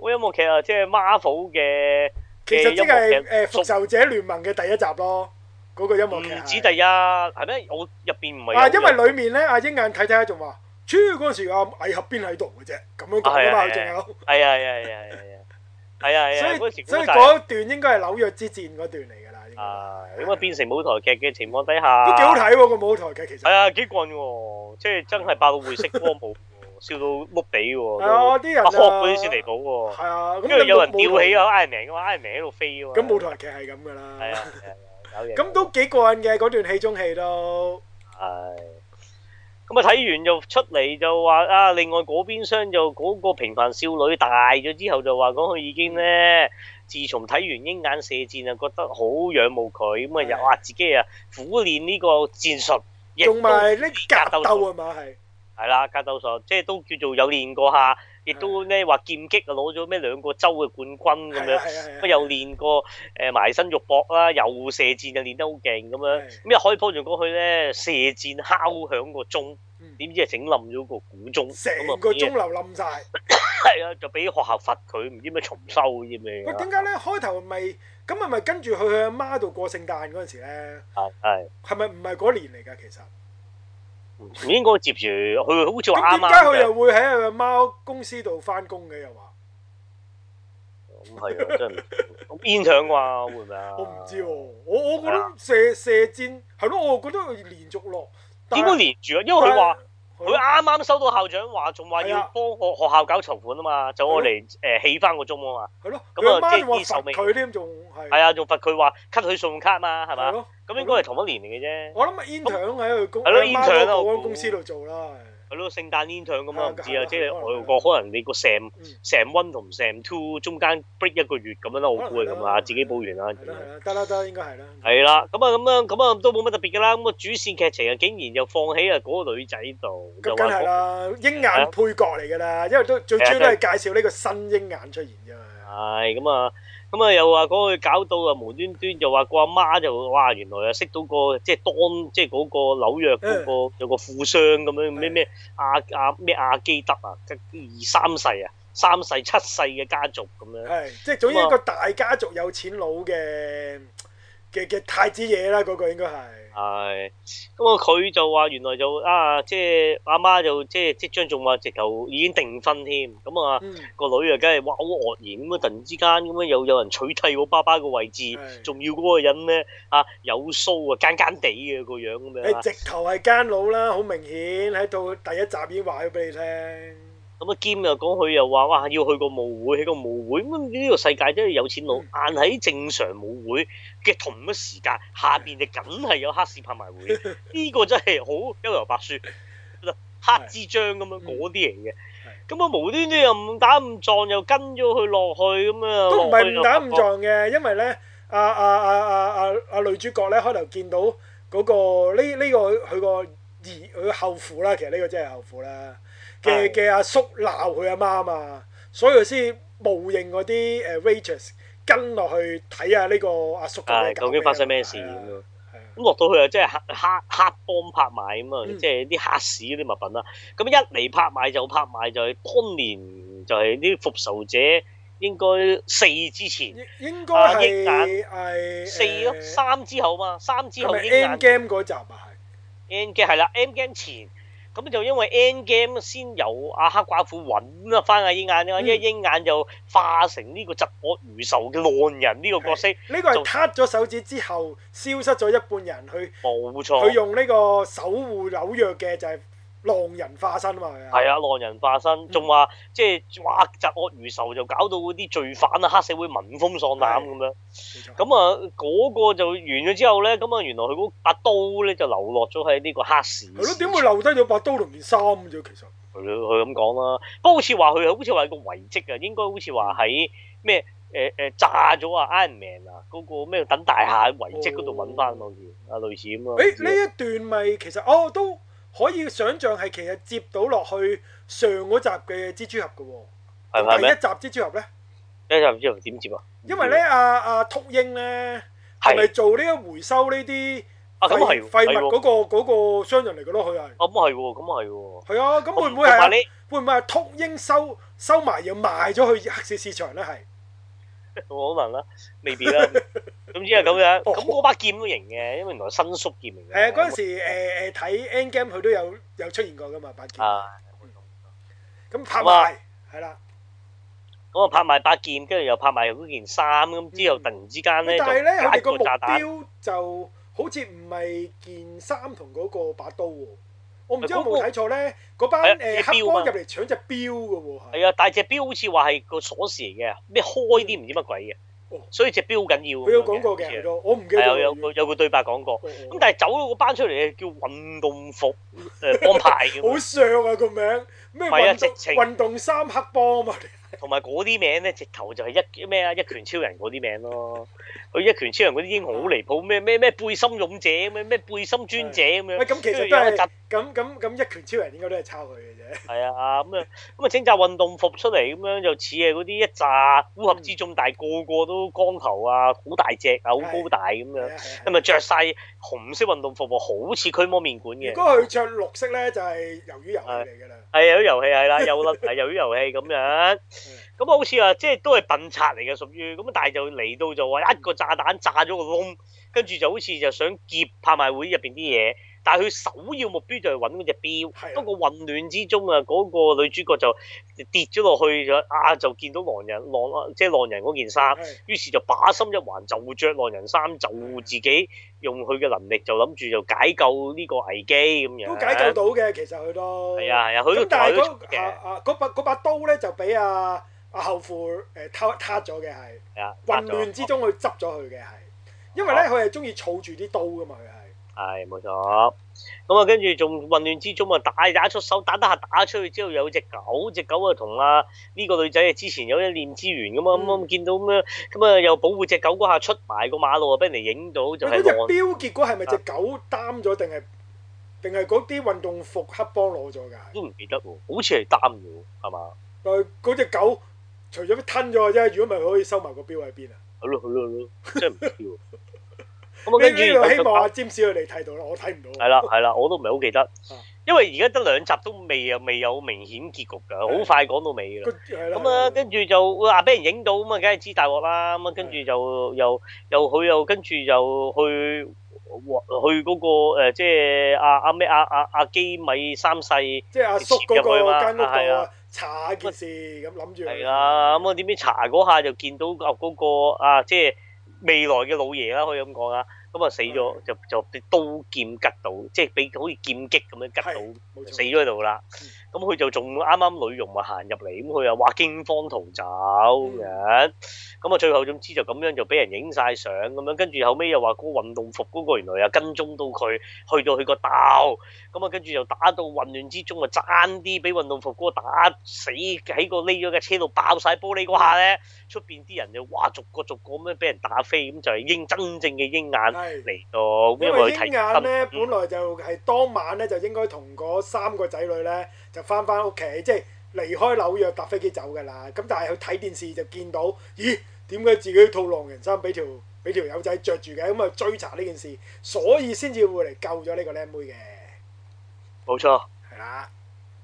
B: 好音樂劇啊，即係 Marvel 嘅
C: 其實即
B: 嘅音樂
C: 係
B: 劇
C: 誒復仇者聯盟嘅第一集咯，嗰個音樂劇
B: 唔
C: 係。
B: 止第一係咩？我入邊唔係
C: 啊，
B: 有
C: 因為裡面咧，阿鷹眼睇睇下仲話，超嗰陣時阿蟻俠邊喺度嘅啫，咁樣講啊嘛，
B: 啊係啊
C: 佢仲有，
B: 係啊係啊係啊係啊係啊係啊！
C: 所
B: 嗰
C: 以
B: 時
C: 所以
B: 估晒
C: 嗰段應該係紐約之戰嗰段嚟㗎啦，應該
B: 啊，咁啊變成舞台劇嘅情況底下，
C: 都幾好。睇喎個舞台劇其實
B: 係。啊，幾棍喎！即係真係爆到會 識歌舞喎，笑到碌地喎。
C: 係啊，啲人
B: 阿
C: 啊
B: 學嗰啲先離譜喎。
C: 係啊，咁
B: 哦因為
C: 你
B: 有人
C: 舞
B: 吊起
C: 舞
B: 啊 Iron Man 嘅嘛，Iron Man 喺度飛喎。
C: 台咁舞台劇係咁㗎
B: 係
C: 啦
B: 啊，，係啊有嘢。
C: 咁都幾過癮嘅嗰段戲中戲都。
B: 係。咁啊睇完就出嚟就話啊，另外嗰邊廂就嗰個平凡少女大咗之後就話講佢已經咧，自從睇完鷹眼射箭啊，覺得好仰慕佢，咁啊又話自己啊苦練呢個戰術，亦都
C: 仲埋呢格
B: 格鬥
C: 鬥啊嘛係，
B: 係啦，格鬥術即係都叫做有練過下，亦都咧話劍擊啊攞咗咩兩個州嘅冠軍咁
C: 係啊
B: 樣，
C: 係啊係
B: 咁
C: 啊，
B: 又練過誒埋身肉搏啦，又射箭就練得好勁咁樣。
C: 係
B: 咁一開波仲講佢咧射箭敲響個鐘，
C: 嗯
B: 點知係整冧咗個古鐘，咁啊
C: 成個鐘樓冧晒。
B: 係啊，就俾學校罰佢，唔知咩重修啲咩
C: 喂，
B: 啊
C: 點解咧？開頭咪咁係咪跟住去佢阿媽度過聖誕嗰陣時咧？
B: 係係
C: 係咪唔係嗰年嚟㗎？其實
B: 唔應該接住，佢好似話啊
C: 咁點
B: 啱
C: 解佢
B: 啱嘅
C: 又，會喺佢阿媽公司度翻工嘅？又話
B: 咁係啊，真係唔知現場啩會唔會啊？
C: 我唔知喎，我我覺得射射箭係咯，我覺得佢連續落，但
B: 應
C: 係
B: 該連住啊，因為佢話。
C: 係
B: 佢
C: 咯
B: 啱啱收到校長話，仲話要
C: 係啊
B: 幫學學校搞籌款啊嘛，就我嚟誒起翻個鐘啊嘛。
C: 係咯，
B: 咁
C: 佢阿
B: 啊
C: 媽
B: 即係
C: 仲話
B: 呢首
C: 罰
B: 尾
C: 佢添，仲係
B: 係啊，仲罰佢話 cut 佢信用卡嘛，係
C: 係
B: 嘛？
C: 咯。
B: 咁應該係同一年嚟嘅啫。
C: 我諗 intern 喺佢公
B: 係咯
C: 佢阿媽
B: intern 啦
C: 嗰個保
B: 我
C: 安
B: 估
C: 公司度做啦。係
B: 係咯，聖誕煙腸咁
C: 係
B: 啊，
C: 啊
B: 唔知啊，
C: 係啊
B: 即係
C: 可能
B: 外國可能你個 sam
C: 嗯
B: sam one 同 sam two 中間 break 一個月咁樣啦，我估係咁
C: 可能係
B: 啊，
C: 啦
B: 自己補完啦。
C: 係啦係啦，得啦得啦，應該係啦。
B: 係啦，咁啊咁樣咁啊都冇乜特別㗎啦。咁啊主線劇情啊，竟然又放喺啊嗰個女仔度，
C: 咁
B: 又
C: 梗
B: 話啊
C: 係
B: 嗰
C: 啦，鷹眼配角嚟㗎啦，因為都最主要都係介紹呢個新鷹眼出現啫嘛。
B: 係咁啊啊，咁啊又話嗰佢搞到啊無端端就話個阿媽就哇原來啊識到個即係當即係嗰個紐約嗰、個有個富商咁樣咩咩阿阿咩阿基德啊，二三世啊，三世七世嘅家族咁啊樣。
C: 係，即係總之一個大家族有錢佬嘅嘅嘅太子爺啦，嗰個應該係。
B: 啊係，咁啊佢就話原來就啊即係阿媽就即係即將仲話直頭已經訂婚添，咁啊。
C: 嗯，
B: 個女啊，梗係哇好愕然咁啊！突然之間咁樣又有人取替我爸爸個位置，
C: 係
B: 仲要嗰個人咧啊有須啊，奸奸地嘅個樣咁樣
C: 你
B: 啊
C: 直頭係奸佬啦，好明顯喺到第一集已經話咗俾你聽。
B: 咁啊兼又講佢又話哇要去個舞會，喺個舞會咁啊呢個世界真係有錢佬，
C: 嗯
B: 硬喺正常舞會嘅同一時間下邊就梗係有黑市拍賣會， 呢個真係好優柔白雪，黑之章咁
C: 嗯
B: 樣嗰啲嚟嘅。咁啊無端端又誤打誤撞又跟咗佢落去咁啊，
C: 都唔係誤打
B: 落
C: 誤
B: 去又
C: 撞嘅，因為啊咧，阿阿阿阿阿阿啊女主角咧，開頭見到嗰、個呢呢、個佢個兒佢後父啦，其實呢個真係後父啦嘅
B: 係
C: 嘅阿叔鬧佢阿媽啊嘛，所以佢先冒認嗰呃啲誒 waitress 跟落去睇下呢個阿叔
B: 係
C: 咩搞
B: 究竟發生咩事
C: 係啊
B: 咁樣
C: 係啊嗯
B: 咁落到去啊，即係黑黑黑幫拍賣咁啊，即係啲黑市嗰啲物品啦。咁一嚟拍賣就拍賣就係當年就係啲復仇者應該四之前，
C: 應應該
B: 啊
C: 係
B: 鷹
C: 係
B: 四咯，
C: 嗯誒
B: 三之後嘛，三之
C: 係
B: 後
C: 咪
B: 鷹眼
C: End Game 嗰集啊？係
B: N game 係啦，N game 前咁就因為 N game 先由阿黑寡婦揾啊翻阿鷹眼啫嘛，因為
C: 嗯
B: 鷹眼就化成呢個疾惡如仇嘅浪人呢個角色，
C: 呢個
B: 做
C: 係卡咗手指之後消失咗一半人，佢
B: 冇
C: 佢
B: 錯，
C: 用呢個守護紐約嘅就係浪人化身啊嗯嘛，係
B: 係啊，浪人化身，仲話即係哇疾惡如仇就搞到嗰啲罪犯啊、黑社會聞風喪膽咁
C: 冇
B: 樣。
C: 錯
B: 咁啊，嗰個就完咗之後咧，咁啊原來佢嗰把刀咧就流落咗喺呢個黑市。
C: 係咯，點會留低咗把刀同件衫啫？其實
B: 佢佢咁講啦。不過好似話佢好似話有個遺跡啊，應該好似話喺咩誒誒炸咗啊 Iron Man 啊嗰、個咩等大廈遺跡嗰度揾翻好似啊類似咁咯。
C: 誒呢一段咪其實哦都可以想像係其實接到落去上嗰集嘅蜘蛛俠嘅喎。
B: 係啊咪係
C: 第一
B: 咪？
C: 集蜘蛛俠咧，
B: 一陣唔知點接啊？
C: 因為咧阿阿秃鷹咧係咪
B: 係
C: 做呢一回收呢啲
B: 啊咁係
C: 廢
B: 喎
C: 廢
B: 係
C: 物
B: 喎
C: 嗰個嗰個商人嚟嘅咯？佢係
B: 咁係喎，咁係喎。
C: 係啊，咁會唔會
B: 同埋
C: 係
B: 哦你
C: 會唔會係秃鷹收收埋又賣咗去黑市市場咧？係
B: 冇可能啦，未 必啦。總之係咁樣，
C: 哦
B: 咁嗰把劍都型嘅，因為原來伸縮劍嚟嘅。
C: 係啊，嗰陣時誒誒睇 End Game 佢都有有出現過噶嘛，版權
B: 啊。
C: 咁拍
B: 咁啊
C: 賣係啦，
B: 咁啊拍埋把劍，跟住又拍埋嗰件衫，咁之後突然之間咧
C: 但
B: 就
C: 係咧佢
B: 解
C: 哋個
B: 個
C: 目
B: 炸彈，
C: 標就好似唔係件衫同嗰個把刀喎。我唔知
B: 嗰
C: 我
B: 個
C: 冇睇錯咧，嗰班
B: 係啊
C: 誒
B: 隻
C: 黑
B: 錶
C: 幫
B: 嘛
C: 入嚟搶隻錶嘅喎，係
B: 係啊，但係隻錶好似話係個鎖匙嚟嘅，咩開啲唔知乜鬼嘅
C: 哦，
B: 所以隻錶好緊要咁樣。
C: 佢有講過
B: 好
C: 嘅，
B: 似
C: 佢都我唔記
B: 係
C: 得咗哦
B: 有有
C: 啦
B: 個有個對白講過。
C: 已經
B: 咁但係走咗嗰班出嚟叫運動服誒幫派 咁
C: 好
B: 樣，
C: 上啊個名，咩
B: 唔係啊
C: 運動
B: 直情
C: 運動衫黑幫啊 嘛，
B: 同埋嗰啲名咧，直頭就係一咩啊一拳超人嗰啲名咯。佢一拳超人嗰啲英雄
C: 啊
B: 好離譜，咩咩咩背心勇者咩咩背心專者咁樣
C: 喂。咁其實
B: 跟
C: 都
B: 住有一
C: 係
B: 集
C: 咁咁咁一拳超人應該都係抄佢嘅啫，
B: 係啊，咁啊，咁啊整扎運動服出嚟，咁樣就似係嗰啲一扎烏合之眾，但係個個都光頭啊，好大隻啊，好高大
C: 係
B: 咁樣，
C: 啊係啊
B: 咁啊着晒紅色運動服喎，好似驅魔面館
C: 如
B: 嘅。
C: 果啊佢着綠色咧，就係魷魚遊戲嚟㗎啦。
B: 係有啲遊戲 係啦，有啦，係有啲遊戲咁樣，
C: 嗯
B: 咁啊好似啊，即係都係笨賊嚟嘅屬於，咁但係就嚟到就話一個炸彈炸咗個窿，跟住就好似就想劫拍賣會入邊啲嘢，但係佢首要目標就係揾嗰隻
C: 係啊
B: 錶，不過混亂之中啊，嗰、個女主角就跌咗落去咗，啊就見到狼人狼即係狼人嗰件衫，
C: 係
B: 於是就把心一橫就着狼人衫，就自己用佢嘅能力就諗住就解救呢個危機咁樣，
C: 都解救到嘅，其實佢都
B: 係啊係啊，佢都
C: 咁但係
B: 抬咗
C: 嗰
B: 出嘅。
C: 啊啊嗰把嗰把刀咧就俾阿阿後父誒偷撻咗嘅係
B: 係啊，
C: 混亂之中去執咗佢嘅係，因為咧
B: 哦
C: 佢係中意儲住啲刀㗎嘛佢係。
B: 係冇錯。咁啊，跟住仲混亂之中啊，打打出手，打打下打出去之後，有隻狗，隻狗啊同啊呢個女仔啊之前有一念之緣咁啊，咁啊
C: 嗯
B: 見到咁樣，咁啊又保護隻狗嗰下出埋個馬路啊，俾人哋影到就
C: 喂
B: 係啊
C: 嗰只
B: 浪。
C: 標結果係咪只狗擔咗定係定係嗰啲運動服黑幫攞咗㗎？
B: 都唔記得喎，好似係擔咗 係嘛？
C: 但係嗰只狗除咗吞咗嘅啫，如果唔係佢可以收埋個標喺邊啊？
B: 係咯係咯係咯，真係唔知喎。咁啊，
C: 呢
B: 跟住
C: 呢度希望阿
B: 就
C: 詹姆斯佢哋睇到啦，我睇唔到。啊
B: 係啦係啦，我都唔係好記得，因為而家得兩集都未有未有明顯結局㗎，好快講到尾㗎啦
C: 個係啦。
B: 咁啊，跟住就哇，俾人影到咁啊，梗係知大鑊啦。咁啊，跟住就又又佢又跟住又去去嗰、個、呃、即係阿阿咩阿阿阿基米三世係
C: 即係啊阿叔嗰
B: 切入去嘛
C: 個間屋
B: 係
C: 度
B: 啊
C: 啊，查件事咁諗住。
B: 啦。咁啊，點知查嗰下就見到啊嗰、個啊，即係未來嘅老爺啦，可以咁講啦。咁啊死咗，就就俾刀劍拮到，即係俾好似劍擊咁樣拮到
C: 係。冇
B: 死
C: 錯。
B: 咗喺度啦。咁佢就仲啱啱女傭啊行入嚟，咁佢又話驚慌逃走
C: 嗯
B: 咁樣。咁啊最後總之就咁樣就俾人影晒相咁樣，跟住後尾又話嗰個運動服嗰個原來又啊跟蹤到佢，去到佢個竇，咁啊跟住又打到混亂之中啊，爭啲俾運動服嗰個打死喺個匿咗架車度爆晒玻璃嗰下咧，出邊啲人就哇逐個逐個咁樣俾人打飛，咁就係鷹真正嘅鷹眼
C: 係。
B: 嚟到，
C: 因
B: 因
C: 為
B: 為佢
C: 鷹
B: 睇
C: 眼咧，
B: 嗯
C: 本來就係當晚咧就應該同嗰三個仔女咧就翻翻屋企，即係離開紐約搭飛機走㗎啦。咁但係佢睇電視就見到，咦？點解自己套狼人衫俾條俾條友仔着住嘅，咁啊追查呢件事，所以先至會嚟救咗呢個靚妹嘅，
B: 冇錯。
C: 係啦，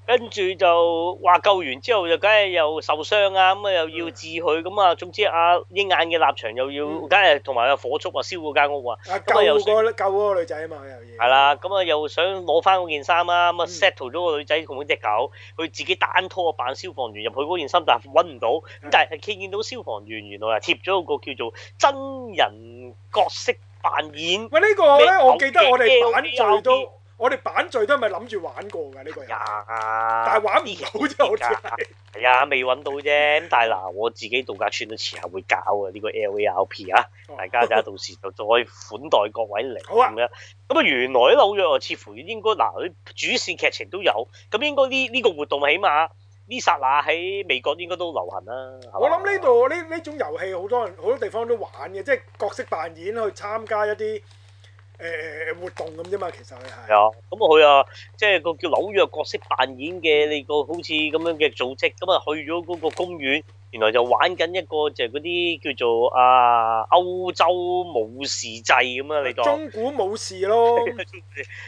B: 跟住就話救完之後就梗係又受傷啊，咁啊又要治佢，咁啊總之阿鷹眼嘅立場又要，
C: 嗯
B: 梗係同埋有火燭啊燒嗰間屋啊，
C: 啊
B: 咁啊又
C: 救嗰個救嗰個女仔啊嘛，佢又要
B: 係啦，咁啊又想攞翻嗰件衫啦，咁啊
C: 嗯
B: settle 咗個女仔同嗰只狗，佢自己單拖扮消防員入去嗰件衫，但係揾唔到，
C: 嗯
B: 咁但係見到消防員原來係貼咗個叫做真人角色扮演。
C: 喂，呢個咧，
B: 咩
C: 我記得我哋版
B: 有
C: 聚
B: 啲有
C: 都，我哋版聚都係咪諗住玩過㗎呢個人？
B: 呀，
C: 但係玩唔到啫，好似係。
B: 係啊，未揾到啫。咁但係嗱，我自己度假村都遲下會搞啊，呢、個 LARP 啊，大家就到時就再款待各位嚟
C: 哦好啊
B: 咁樣。咁啊，原來紐約啊，似乎應該嗱，佢主線劇情都有，咁應該呢呢、個活動起碼呢剎那喺美國應該都流行啦。係嘛
C: 我諗呢度呢呢種遊戲好多人好多地方都玩嘅，即係角色扮演去參加一啲誒誒活動咁啫嘛，其實佢
B: 係
C: 係。
B: 啊，咁佢啊，即係個叫紐約角色扮演嘅你個好似咁樣嘅組織，咁啊去咗嗰個公園，原來就玩緊一個就係嗰啲叫做啊歐洲武士制咁啊，你當
C: 中古武士 咯，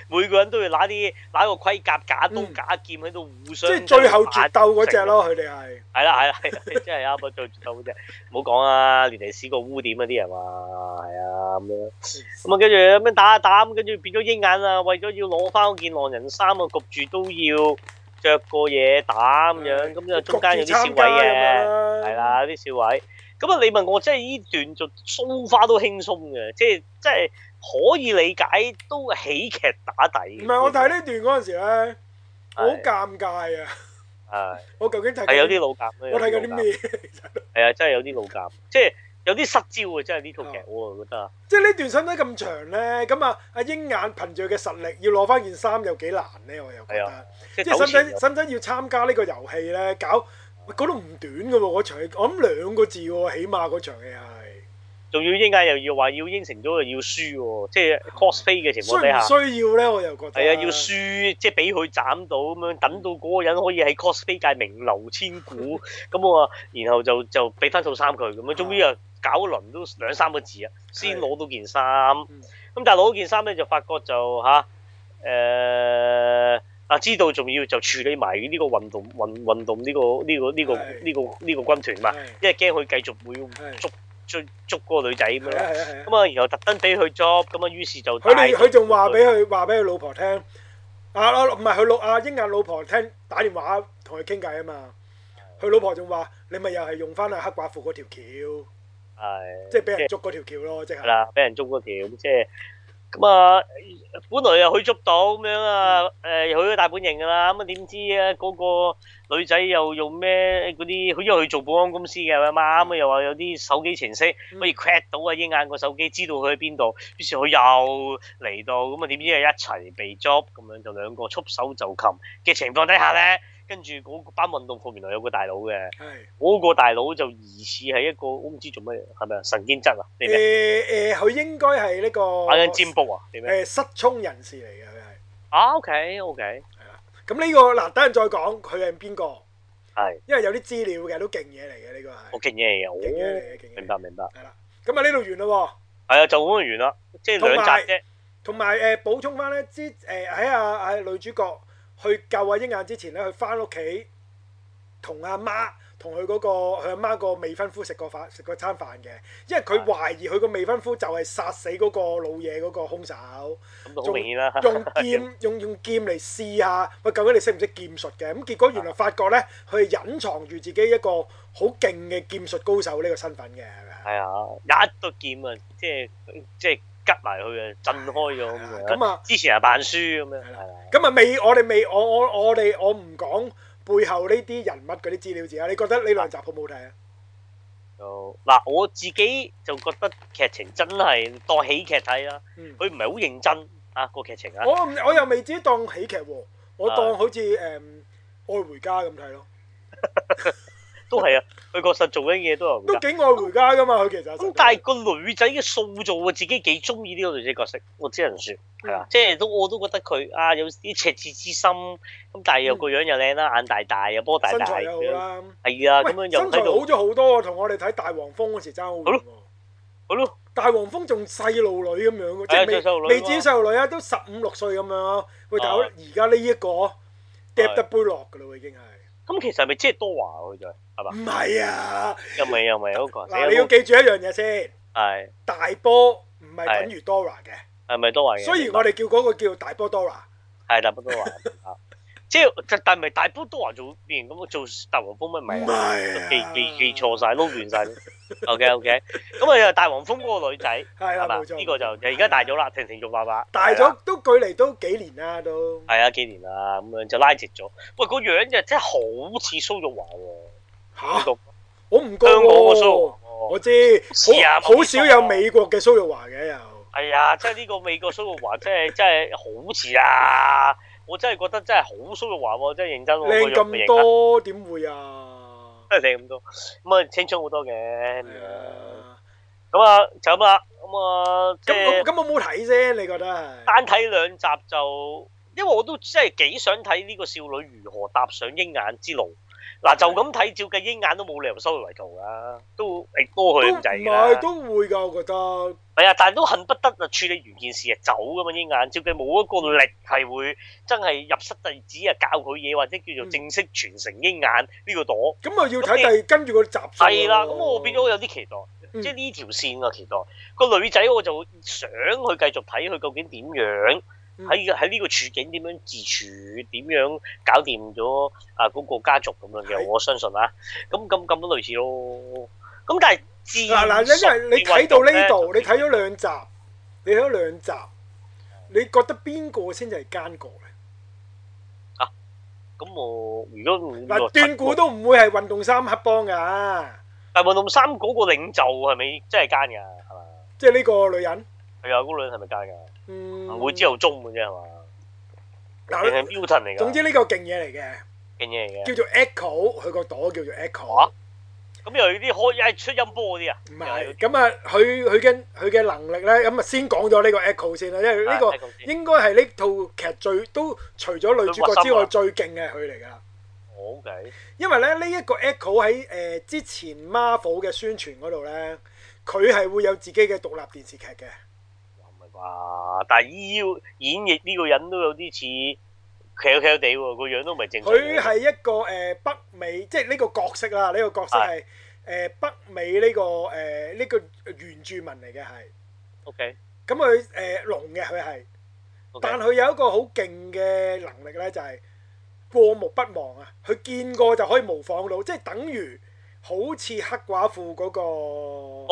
B: 每個人都要拿啲拿個盔甲、假刀、
C: 嗯
B: 假劍喺度互
C: 即
B: 相，
C: 係最後決鬥嗰只。咯，佢哋係。
B: 係啦係啦 係啦，真係啱啊！最決鬥嗰隻，唔好講啊，連嚟屎個污點嗰啲人話係啊咁樣。
C: 嗯
B: 咁啊，跟住咁樣打下打，咁跟住變咗鷹眼啊，為咗要攞翻件狼人衫啊，焗住都要着個嘢打咁樣，
C: 嗯
B: 咁就中間有啲
C: 各
B: 少
C: 自參
B: 位
C: 加咁樣
B: 嘅，
C: 啦
B: 係。啦，有啲少位。咁啊，你問我即係呢段就 so 花都輕鬆嘅，即係即係可以理解都喜劇打底。
C: 唔係我睇呢段嗰陣時咧，我好
B: 係
C: 尷尬啊！
B: 係
C: 我究竟睇緊
B: 係有啲老尷，
C: 我睇
B: 有
C: 緊
B: 啲
C: 啲
B: 老
C: 咩？
B: 尷係啊，真係有啲老尷，即係有啲失焦啊！真係呢套劇
C: 哦
B: 我啊覺得
C: 即係呢段使唔使咁長咧？咁啊，阿鷹眼憑住佢嘅實力要攞翻件衫有幾難咧？我又覺
B: 係
C: 得
B: 啊，即
C: 即
B: 係
C: 係
B: 糾
C: 使唔
B: 纏
C: 使使唔使要參加呢個遊戲咧？搞喂嗰度唔短嘅喎，嗰場戲我諗兩個字喎，起碼嗰場戲係
B: 仲要應嗌又要話要應承咗又要輸喎，即係 cosplay 嘅情況底下，係
C: 哦需唔需要咧？我又覺得
B: 啊，要輸即係俾佢斬到咁樣，等到嗰個人可以喺 cosplay 界名流千 古，咁我話，然後就就俾翻套衫佢咁樣，終於啊搞一輪都兩三個字啊，先攞到件衫，
C: 嗯
B: 咁但係攞到件衫咧就發覺就吓，誒啊、知道仲要就處理埋呢個運動運運動呢、個呢、個呢、個
C: 係
B: 呢、個呢、個軍團嘛，
C: 係
B: 因為驚佢繼續會
C: 係
B: 捉追捉嗰個女仔咁樣
C: 係
B: 啦
C: 啊。係啊係啊！
B: 咁啊，然後特登俾佢 job，咁啊，於是就
C: 佢
B: 帶
C: 哋佢仲話俾佢話俾佢老婆聽，啊啊唔係佢老啊鷹眼老婆聽打電話同佢傾偈啊嘛。佢老婆仲話：你咪又係用翻阿黑寡婦嗰條橋。
B: 係
C: 即係俾人捉嗰條橋咯，即
B: 係
C: 係。
B: 啦，俾人捉嗰條咁即係咁啊，本來又佢捉到咁樣啊，誒去咗大本營㗎啦，咁啊點知啊嗰個女仔又用咩嗰啲，佢因為佢做保安公司嘅阿媽，咁啊又話有啲手機程式
C: 嗯
B: 可以 crack 到啊鷹眼個手機，知道佢喺邊度，於是佢又嚟到，咁啊點知啊一齊被捉，咁樣就兩個束手就擒嘅情況底下咧，跟住嗰班運動服原來有個大佬嘅。
C: 係。
B: 嗰個大佬就疑似係一個我唔知做乜嘢，係咪啊？神經質啊？你咩？
C: 誒誒，佢應該係呢個
B: 玩緊占卜啊？你咩？
C: 誒失聰人士嚟嘅，佢係。
B: 啊，OK OK，
C: 咁呢個嗱，等陣再講佢係邊個，
B: 係
C: 因為有啲資料嘅，都勁嘢嚟嘅呢個
B: 我
C: 係。
B: 勁嘢嚟嘅，我
C: 勁嘢嚟嘅，勁嘢。
B: 明白。明白。
C: 係啦，咁啊呢度完啦喎。
B: 係啊，就咁完啦，即係兩集啫。
C: 同埋誒補充翻咧，之誒喺阿阿女主角去救阿英眼之前咧，佢翻屋企同阿媽同佢嗰個佢阿媽個未婚夫食過飯食過餐飯嘅，因為
B: 啊
C: 佢懷疑佢個未婚夫就係殺死嗰個老嘢嗰個兇手，
B: 咁就好明顯啦。
C: 用劍用用劍嚟試下，喂究竟你識唔識劍術嘅？咁結果
B: 啊
C: 原來發覺咧，佢係隱藏住自己一個好勁嘅劍術高手呢個身份嘅。
B: 係啊，一刀劍啊，即係即係吉埋佢啊，震開咗咁樣。
C: 咁啊
B: 之前係扮輸咁樣。係啦。
C: 咁啊未，我哋未，我我我哋我唔講背後呢啲人物嗰啲資料字啊。你覺得呢兩集好唔好睇啊？
B: 就嗱，我自己就覺得劇情真係當喜劇睇啦，
C: 嗯，
B: 佢唔係好認真啊個劇情啊。
C: 我唔我又未至於當喜劇喎，我
B: 啊
C: 當好似誒、嗯愛回家咁睇咯，
B: 都係啊，佢確實做緊嘢都係
C: 都幾愛回家噶嘛佢其實。
B: 嗯咁但係個女仔嘅塑造，我自己幾中意呢個女仔角色，我只能説
C: 嗯
B: 係啦，即係都我都覺得佢啊有啲赤子之心，咁但係又個樣又靚啦，眼大大又波大
C: 身
B: 大，
C: 材又好
B: 係
C: 啦，
B: 啊，咁
C: 喂
B: 樣又
C: 身材
B: 喺
C: 好
B: 度
C: 咗好多喎，同我哋睇大黃蜂嗰時爭好
B: 好
C: 遠喎。
B: 係咯，
C: 大黃蜂仲細路女咁樣嘅，即
B: 係
C: 係
B: 仲細路
C: 未
B: 女
C: 未至於
B: 喎
C: 細路女啊，都十五六歲咁樣咯。喂，大佬，
B: 係
C: 而家呢一個
B: 係
C: 掟得杯落㗎啦喎，已經係。
B: 咁其實係咪即係多華佢就係係 嘛？
C: 唔係啊！
B: 又咪又咪嗰個
C: 嗱，你要記住一樣嘢先，
B: 係
C: 大波唔係等於 Dora 嘅。
B: 係咪多華嘅？
C: 雖然我哋叫嗰個叫大波 Dora，
B: 係大波多華啊，即係但係咪大波多華做變咁啊做大黃蜂乜唔
C: 唔
B: 係啊？記
C: 係啊
B: 記記錯晒，撈亂晒。OK OK，咁啊又大黃蜂嗰個女仔
C: 係啦
B: 係嘛？
C: 冇錯
B: 呢個就而家大咗啦，婷婷仲爸爸
C: 大
B: 係啦
C: 咗都距離都幾年啦，都
B: 係啊幾年啦，咁樣就拉直咗。喂，個樣就真係好似蘇玉華喎，
C: 嚇，
B: 香
C: 我唔覺
B: 港個蘇玉
C: 喎
B: 華。喎。
C: 啊我知，
B: 是啊
C: 好
B: 冇
C: 好少有美國嘅蘇玉華嘅又。
B: 係啊，即係呢個美國蘇玉華真係真係好似啊！我真係覺得真係好蘇玉華喎，真係認真喎。
C: 靚
B: 個樣
C: 咁
B: 型啊，
C: 多點會啊？
B: 真係 靚咁多，咁啊青春好多嘅咁
C: 係
B: 樣
C: 啊
B: 咁啊就咁啦，咁啊即
C: 咁
B: 係啊
C: 咁好唔好睇先？你覺得係？
B: 單睇兩集就，因為我都真係幾想睇呢個少女如何踏上鷹眼之路。嗱就咁睇照嘅鷹眼都冇理由收佢為徒啦，都亦都
C: 都
B: 佢
C: 唔
B: 咁滯㗎
C: 係
B: 啦。
C: 都會㗎，我覺得。
B: 係啊，但係都恨不得啊處理完件事啊走咁嘛，鷹眼照計冇一個力係會真係入室弟子啊教佢嘢，或者
C: 嗯
B: 叫做正式傳承鷹眼呢個朵。
C: 咁啊要睇第跟住個集數。
B: 係啦，咁我變咗我有啲期待，
C: 嗯
B: 即係呢條線我期待。個女仔我就想佢繼續睇佢究竟點樣
C: 嗯
B: 喺喺呢個處境點樣自處，點樣搞掂咗啊嗰個家族咁樣嘅，
C: 係
B: 我相信啊。咁咁咁類似咯。咁但係自
C: 嗱嗱，因為你睇到呢度，你睇咗兩集，你睇咗兩集，你覺得邊個先至係奸角咧？
B: 咁我如果唔
C: 嗱，斷估都唔會係運動衫黑幫㗎，
B: 但運動衫嗰個領袖係咪真係奸㗎？係嘛？
C: 即係呢個女人。
B: 係啊，嗰個女人係咪奸㗎？
C: 嗯，
B: 啊唔會之後中嘅啫係嘛？定係
C: 嗱，
B: Milton 嚟㗎？
C: 總之呢個勁嘢嚟嘅。
B: 勁嘢嚟
C: 叫
B: 嘅。
C: 做 Echo，佢個朵叫做 Echo，
B: 啊咁又有啲開又係出音波嗰啲啊？
C: 唔係咁啊，佢佢嘅佢嘅能力咧，咁啊先講咗呢個 Echo 先啦，因為呢
B: 啊
C: 個
B: ，Echo 先
C: 應該係呢套劇最都除咗女主角之外
B: 最
C: 最勁嘅佢嚟噶，
B: O K，
C: 因為咧呢一個 Echo 喺誒之前 Marvel 嘅宣傳嗰度咧，佢係會有自己嘅獨立電視劇嘅，
B: 又唔係啩？但係依要演繹呢個人都有啲似翹翹地喎，個樣都唔係正常嘅。
C: 佢係一個誒北美，即係呢個角色啦，呢個角色係誒北美呢個誒呢個原住民嚟嘅係，
B: O K，
C: 咁佢誒聾嘅佢係。但佢有一個好勁嘅能力咧，就係、過目不忘啊！佢見過就可以模仿到，即係等於好似黑寡婦嗰、個嗰、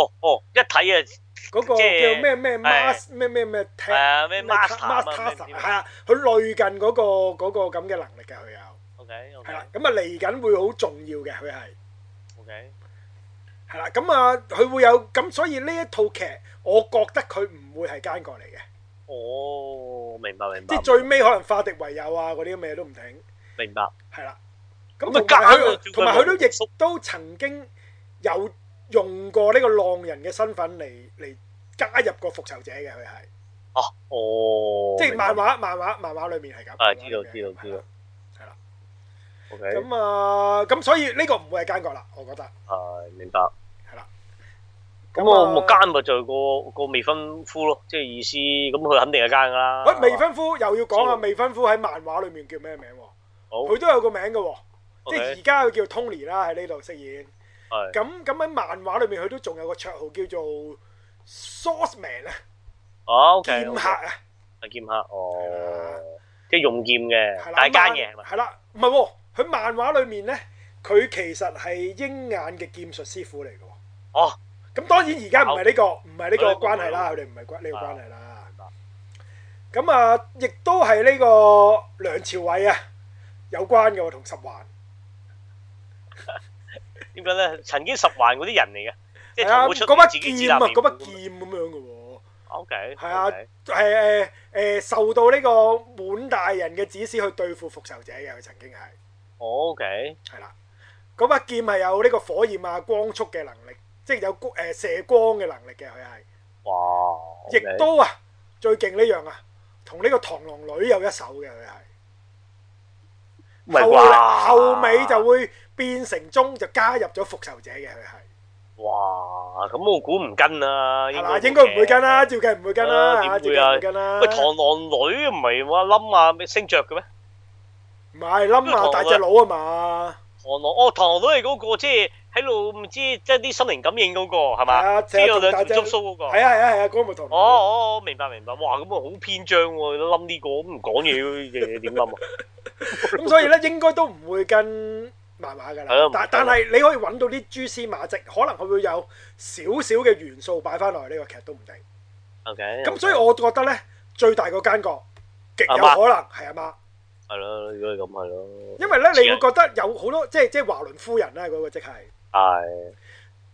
B: 哦哦，一睇啊，
C: 個
B: 即係
C: 叫咩咩 mas 咩咩咩 t
B: 係啊咩 master 啊
C: master
B: 咩
C: 係啊，佢類近嗰、個嗰、個咁嘅能力嘅啊佢有
B: O K O
C: 係啦
B: K，
C: 咁啊嚟緊會好重要嘅佢係
B: O K，
C: 係啦，咁啊佢會有咁，所以呢一套劇我覺得佢唔會係奸角嚟嘅，
B: 哦，明白明白，
C: 即係最尾可能化敵為友啊嗰啲咁嘅嘢都唔定。
B: 明白。
C: 係啦。咁
B: 咁
C: 同
B: 啊
C: 埋
B: 奸啊
C: 佢，同埋佢都
B: 照計
C: 亦
B: 冇縮
C: 都曾經有用過呢個浪人嘅身份嚟嚟加入個復仇者嘅，佢係
B: 哦哦，
C: 即係漫畫漫畫漫畫裏面係咁。
B: 啊知道知道知道。O K，
C: 咁啊，咁所以呢個唔會係奸角啦，我覺得
B: 啊明白。
C: 係啦。
B: 咁我
C: 啊
B: 木奸咪就係個個未婚夫咯，即係意思咁佢肯定係奸㗎啦。
C: 喂，未婚夫又要講啊，
B: 知道
C: 未婚夫喺漫畫裏面叫咩名喎？
B: 好
C: 佢都有個名嘅喎，即
B: OK
C: 係而家佢叫 Tony 啦，喺呢度飾演。
B: 係
C: 咁咁喺漫畫裏面佢都仲有個綽號叫做 Source Man 啊，
B: 哦，OK，
C: 劍客啊。
B: 係劍客
C: 係啦啊
B: 哦，即係用劍嘅
C: 係，啦，
B: 但係奸
C: 咁啊
B: 嘅係
C: 漫
B: 咪？
C: 係啦，唔係喎，佢漫畫裏面咧，佢其實係鷹眼嘅劍術師傅嚟嘅喎。
B: 哦，
C: 咁當然而家唔係呢個，唔係呢個
B: 好
C: 關係啦，
B: 好啊
C: 佢哋唔係關呢個關係啦
B: 明白。
C: 咁啊，亦都係呢個梁朝偉啊有關嘅喎，同十環
B: 點解咧？曾經十環嗰啲人嚟嘅，即係
C: 係啊，
B: 同我出
C: 嗰把
B: 自己
C: 劍
B: 指
C: 啊，
B: 南
C: 嗰把劍
B: 劍。
C: 咁樣嘅喎。
B: O K，
C: 係啊，誒誒誒，受到呢個滿大人嘅指示去對付復仇者嘅，佢曾經係。
B: ，O K，
C: 係啦，嗰把劍係有呢個火焰啊、光速嘅能力，即係有誒、呃射光嘅能力嘅佢係，
B: 哇，
C: 亦都啊最勁呢樣啊，同呢個螳螂女有一手嘅佢係。
B: 唔係
C: 後
B: 啩？
C: 後尾就會變成中就加入咗復仇者嘅佢係，
B: 哇！咁我估唔跟啦，
C: 係啦，應該唔會跟啦，。照計唔會跟啦，
B: 係
C: 嚇
B: 啊
C: 照
B: 點會啊
C: 計唔會跟啦。
B: 喂，螳螂女唔係話冧啊咩星爵嘅咩？
C: 唔係冧啊，大隻佬啊嘛，
B: 螳螂哦，螳螂女係嗰個即係喺度唔知即係啲心靈感應嗰個係
C: 係啊
B: 嘛？知
C: 成日
B: 有
C: 同
B: 兩
C: 大
B: 條
C: 隻
B: 觸須嗰個。
C: 係啊係啊係啊，嗰個咪螳
B: 哦
C: 螂。
B: 哦，明白明白，哇咁啊好篇章喎，冧呢個咁唔講嘢嘅點冧啊？
C: 咁所以咧應該都唔會跟漫畫㗎
B: 係啊
C: 啦
B: 唔。
C: 但
B: 會
C: 但係你可以揾到啲蛛絲馬跡，可能佢會有少少嘅元素擺翻落去呢個劇都唔定。
B: O K，
C: 咁所以我覺得咧，最大個奸角極有可
B: 阿
C: 能
B: 媽
C: 係阿媽，
B: 係咯，如果係咁係咯，
C: 因為咧
B: 似係
C: 你會覺得有好多即係即係華倫夫人啦啊嗰個即係。
B: 係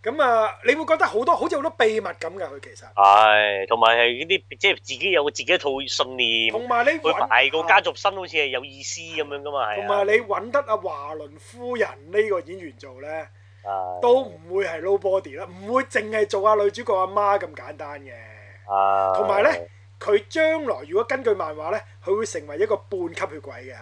C: 咁啊，你會覺得好多好似好多秘密咁㗎佢其實，
B: 係，同埋係嗰啲即係自己有自己一套信念，
C: 同埋你
B: 佢埋個
C: 揾
B: 家族身好似係有意思咁樣噶嘛，係
C: 同
B: 啊
C: 埋你揾得阿華倫夫人呢個演員做咧，
B: 啊係
C: 都唔會係 low body 啦，唔會淨係做阿女主角阿媽咁簡單嘅。
B: 係啊
C: 同埋咧，佢將來如果根據漫畫咧，佢會成為一個半吸血鬼嘅，係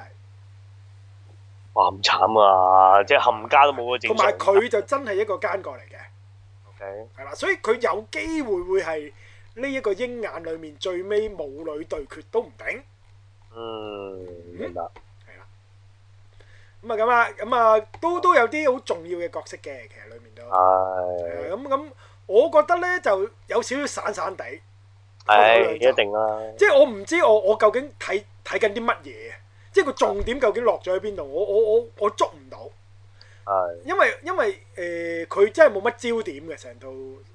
B: 哇咁慘啊！即係冚家都冇個正
C: 同
B: 常
C: 埋佢就真係一個奸角嚟嘅，
B: ，OK，
C: 係啦，所以佢有機會會係呢一個鷹眼裏面最尾母女對決都唔定。
B: 嗯，明白，
C: 咁啊咁啊咁啊，都都有啲好重要嘅角色嘅，其實裏面都。誒
B: 係
C: 咁咁，我覺得咧就有少少散散地，
B: 係一定啦，
C: 即係我唔知我我究竟睇睇緊啲乜嘢，即係個重點究竟落咗喺邊度，我我我我捉唔到，
B: 係
C: 因為因為誒佢、真係冇乜焦點嘅成套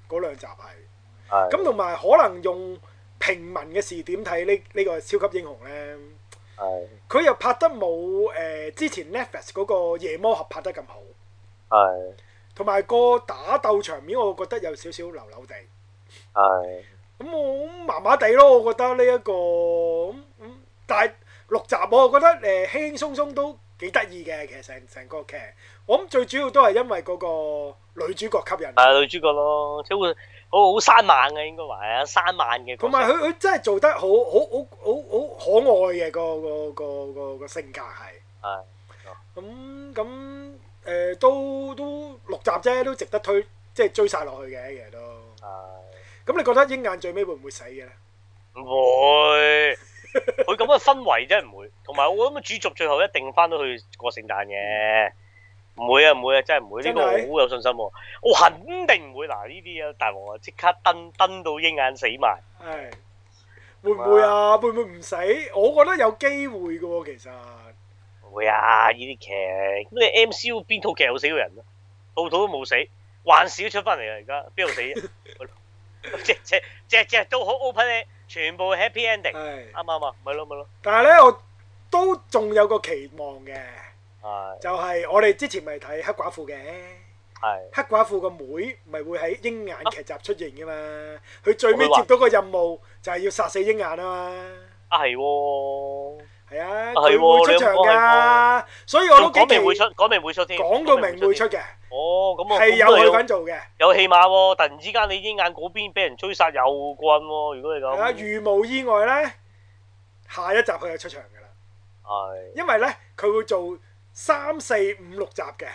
C: 嗰兩集係，
B: 係
C: 咁同埋可能用平民嘅視點睇呢呢個超級英雄咧，
B: 係
C: 佢又拍得冇誒、呃之前 Netflix 嗰個夜魔俠拍得咁好，
B: 係
C: 同埋個打鬥場面我覺得有少少流流地。
B: 係
C: 咁我麻麻地咯，我覺得呢、一個咁咁，但係六集我覺得誒、呃、輕輕鬆鬆都幾得意嘅，其實成成個劇，我諗最主要都係因為嗰個女主角吸引，
B: 係女主角咯，即係會好好生猛嘅應該話係啊，生猛嘅角色，
C: 同埋佢佢真係做得好好好好好好可愛嘅個個個個個性格係，
B: 係
C: 咁咁誒都都六集啫，都值得推即係追晒落去嘅，其實都。
B: 係。
C: 咁你覺得鷹眼最尾會唔會死嘅咧？
B: 唔會，佢咁嘅氛圍真係唔會。同埋我諗主軸最後一定翻到去過聖誕嘅，唔會啊唔會啊，真係唔會。呢、
C: 真係
B: 個我好有信心喎、我肯定唔會。嗱呢啲啊大王啊，即刻登登到鷹眼死埋。
C: 係會唔會啊？會唔會唔死？我覺得有機會嘅喎，其實
B: 唔會啊！呢啲劇咁你 MCU 邊套劇有死過人啊？套套都冇死，幻視都出翻嚟啊啦！而家邊度死啊啫？ 隻隻隻隻都好 open end，全部 happy ending，啱
C: 係。
B: 唔啱啊？咪咯咪咯，
C: 但係呢，我都仲有個期望嘅，
B: 係
C: 就係、我哋之前咪睇黑寡婦嘅，
B: 係
C: 黑寡婦個妹咪會喺鷹
B: 啊
C: 眼劇集出現嘅嘛。佢最尾接到個任務就係要殺死鷹眼啊嘛。
B: 啊係喎。
C: 係啊，
B: 係
C: 佢
B: 喎
C: 會出場
B: 你咁講係
C: 㗎，所以我都
B: 哦講
C: 幾期
B: 明會出，講明會出添，
C: 講到明會出
B: 添。
C: 嘅，
B: 哦，咁啊，
C: 係有
B: 咁都
C: 佢份做嘅。
B: 有戲碼喎！突然之間你鷹眼嗰邊俾人追殺又棍喎，如果你
C: 係啊，
B: 咁，
C: 如無意外呢，下一集佢就出場㗎啦。
B: 係
C: 因為咧佢會做三四五六集嘅，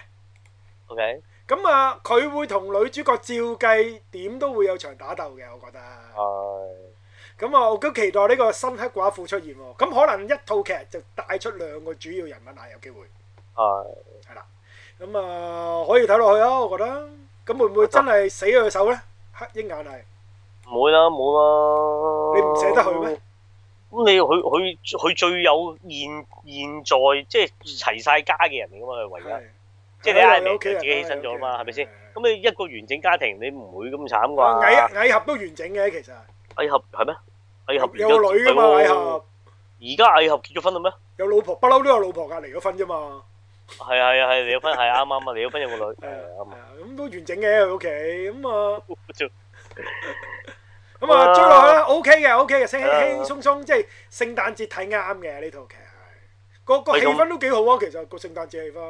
B: OK，
C: 咁啊佢會同女主角照計點都會有場打鬥嘅，我覺得。
B: 係
C: 咁啊，我都期待呢個新黑寡婦出現喎。咁可能一套劇就帶出兩個主要人物啊，有機會
B: 係
C: 係啦。咁啊，可以睇落去啊，我覺得。咁會唔會真係死咗佢手呢？黑鷹眼係
B: 唔會啦，冇啦。
C: 你唔捨得佢咩？
B: 咁你佢佢佢最有現現在即係齊晒家嘅人嚟噶嘛？佢唯一
C: 嗯係
B: 即係你
C: 係啊
B: Iron Man
C: 有屋企人
B: 自己犧牲咗嘛
C: 係
B: 係咪先
C: 係係
B: 咁你一個完整家庭，你唔會咁慘
C: 啊蟻
B: 啩？
C: 蟻俠都完整嘅，其實
B: 蟻俠係咩？蟻俠
C: 有個女㗎嘛，
B: 而
C: 蟻
B: 家
C: 俠
B: 而家蟻俠結咗婚啦咩？
C: 有老婆，不嬲都有老婆㗎，離咗婚啫嘛。
B: 係啊係啊係，離咗婚係啱啱啊，離咗婚有個女
C: 係
B: 係啱啊
C: 啊，咁都完整嘅佢屋企，咁啊，
B: 就
C: 咁啊
B: 啊
C: 追落去啦，OK 嘅，OK 嘅，輕
B: 係啊
C: 輕鬆鬆，即係聖誕節睇啱嘅呢套劇係，個個
B: 喂
C: 氣
B: 咁
C: 氛都幾好啊，其實個聖誕節氣氛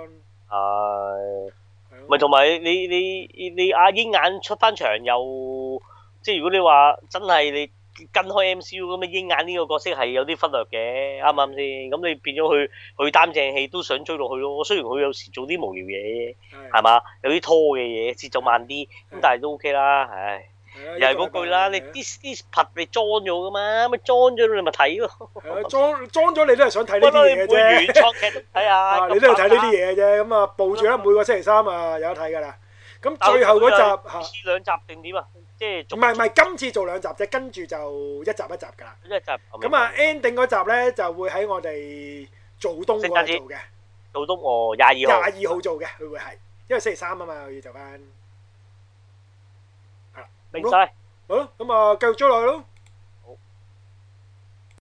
B: 係
C: 係
B: 咪
C: 咯，
B: 同埋你你你阿鷹眼出翻場又即係如果你話真係你跟開 MCU 咁啊，鷹眼呢個角色係有啲忽略嘅，啱唔啱先？咁你變咗佢佢擔正戲都想追落去咯。雖然佢有時做啲無聊嘢，係嘛，有啲拖嘅嘢，節奏慢啲，咁但係都 OK 啦，唉。又係嗰句啦，你啲啲拍你裝咗噶嘛，咪裝咗你咪睇咯。
C: 係啊裝裝咗你都係想睇呢
B: 不
C: 啲
B: 嬲
C: 嘢
B: 你
C: 嘅
B: 每原
C: 啫。
B: 創劇都睇下
C: 啊，，你都係睇呢啲
B: 嘢。
C: 嘢嘅啫。咁啊，報住啦，每個星期三啊有得睇㗎啦。咁最後嗰集嚇，
B: 集兩集定點啊？即係
C: 唔
B: 續
C: 係唔係，今次做兩集啫，跟住就一集一集㗎啦。
B: 一集咁嗯
C: 咁啊，ending 嗰集咧就會喺我哋做東嗰日做嘅，
B: 做到我廿
C: 廿
B: 二號。
C: 二號做嘅，佢會係，因為星期三啊嘛，我要做翻。
B: 明晒，
C: 好咯，咁啊，繼續追落去咯。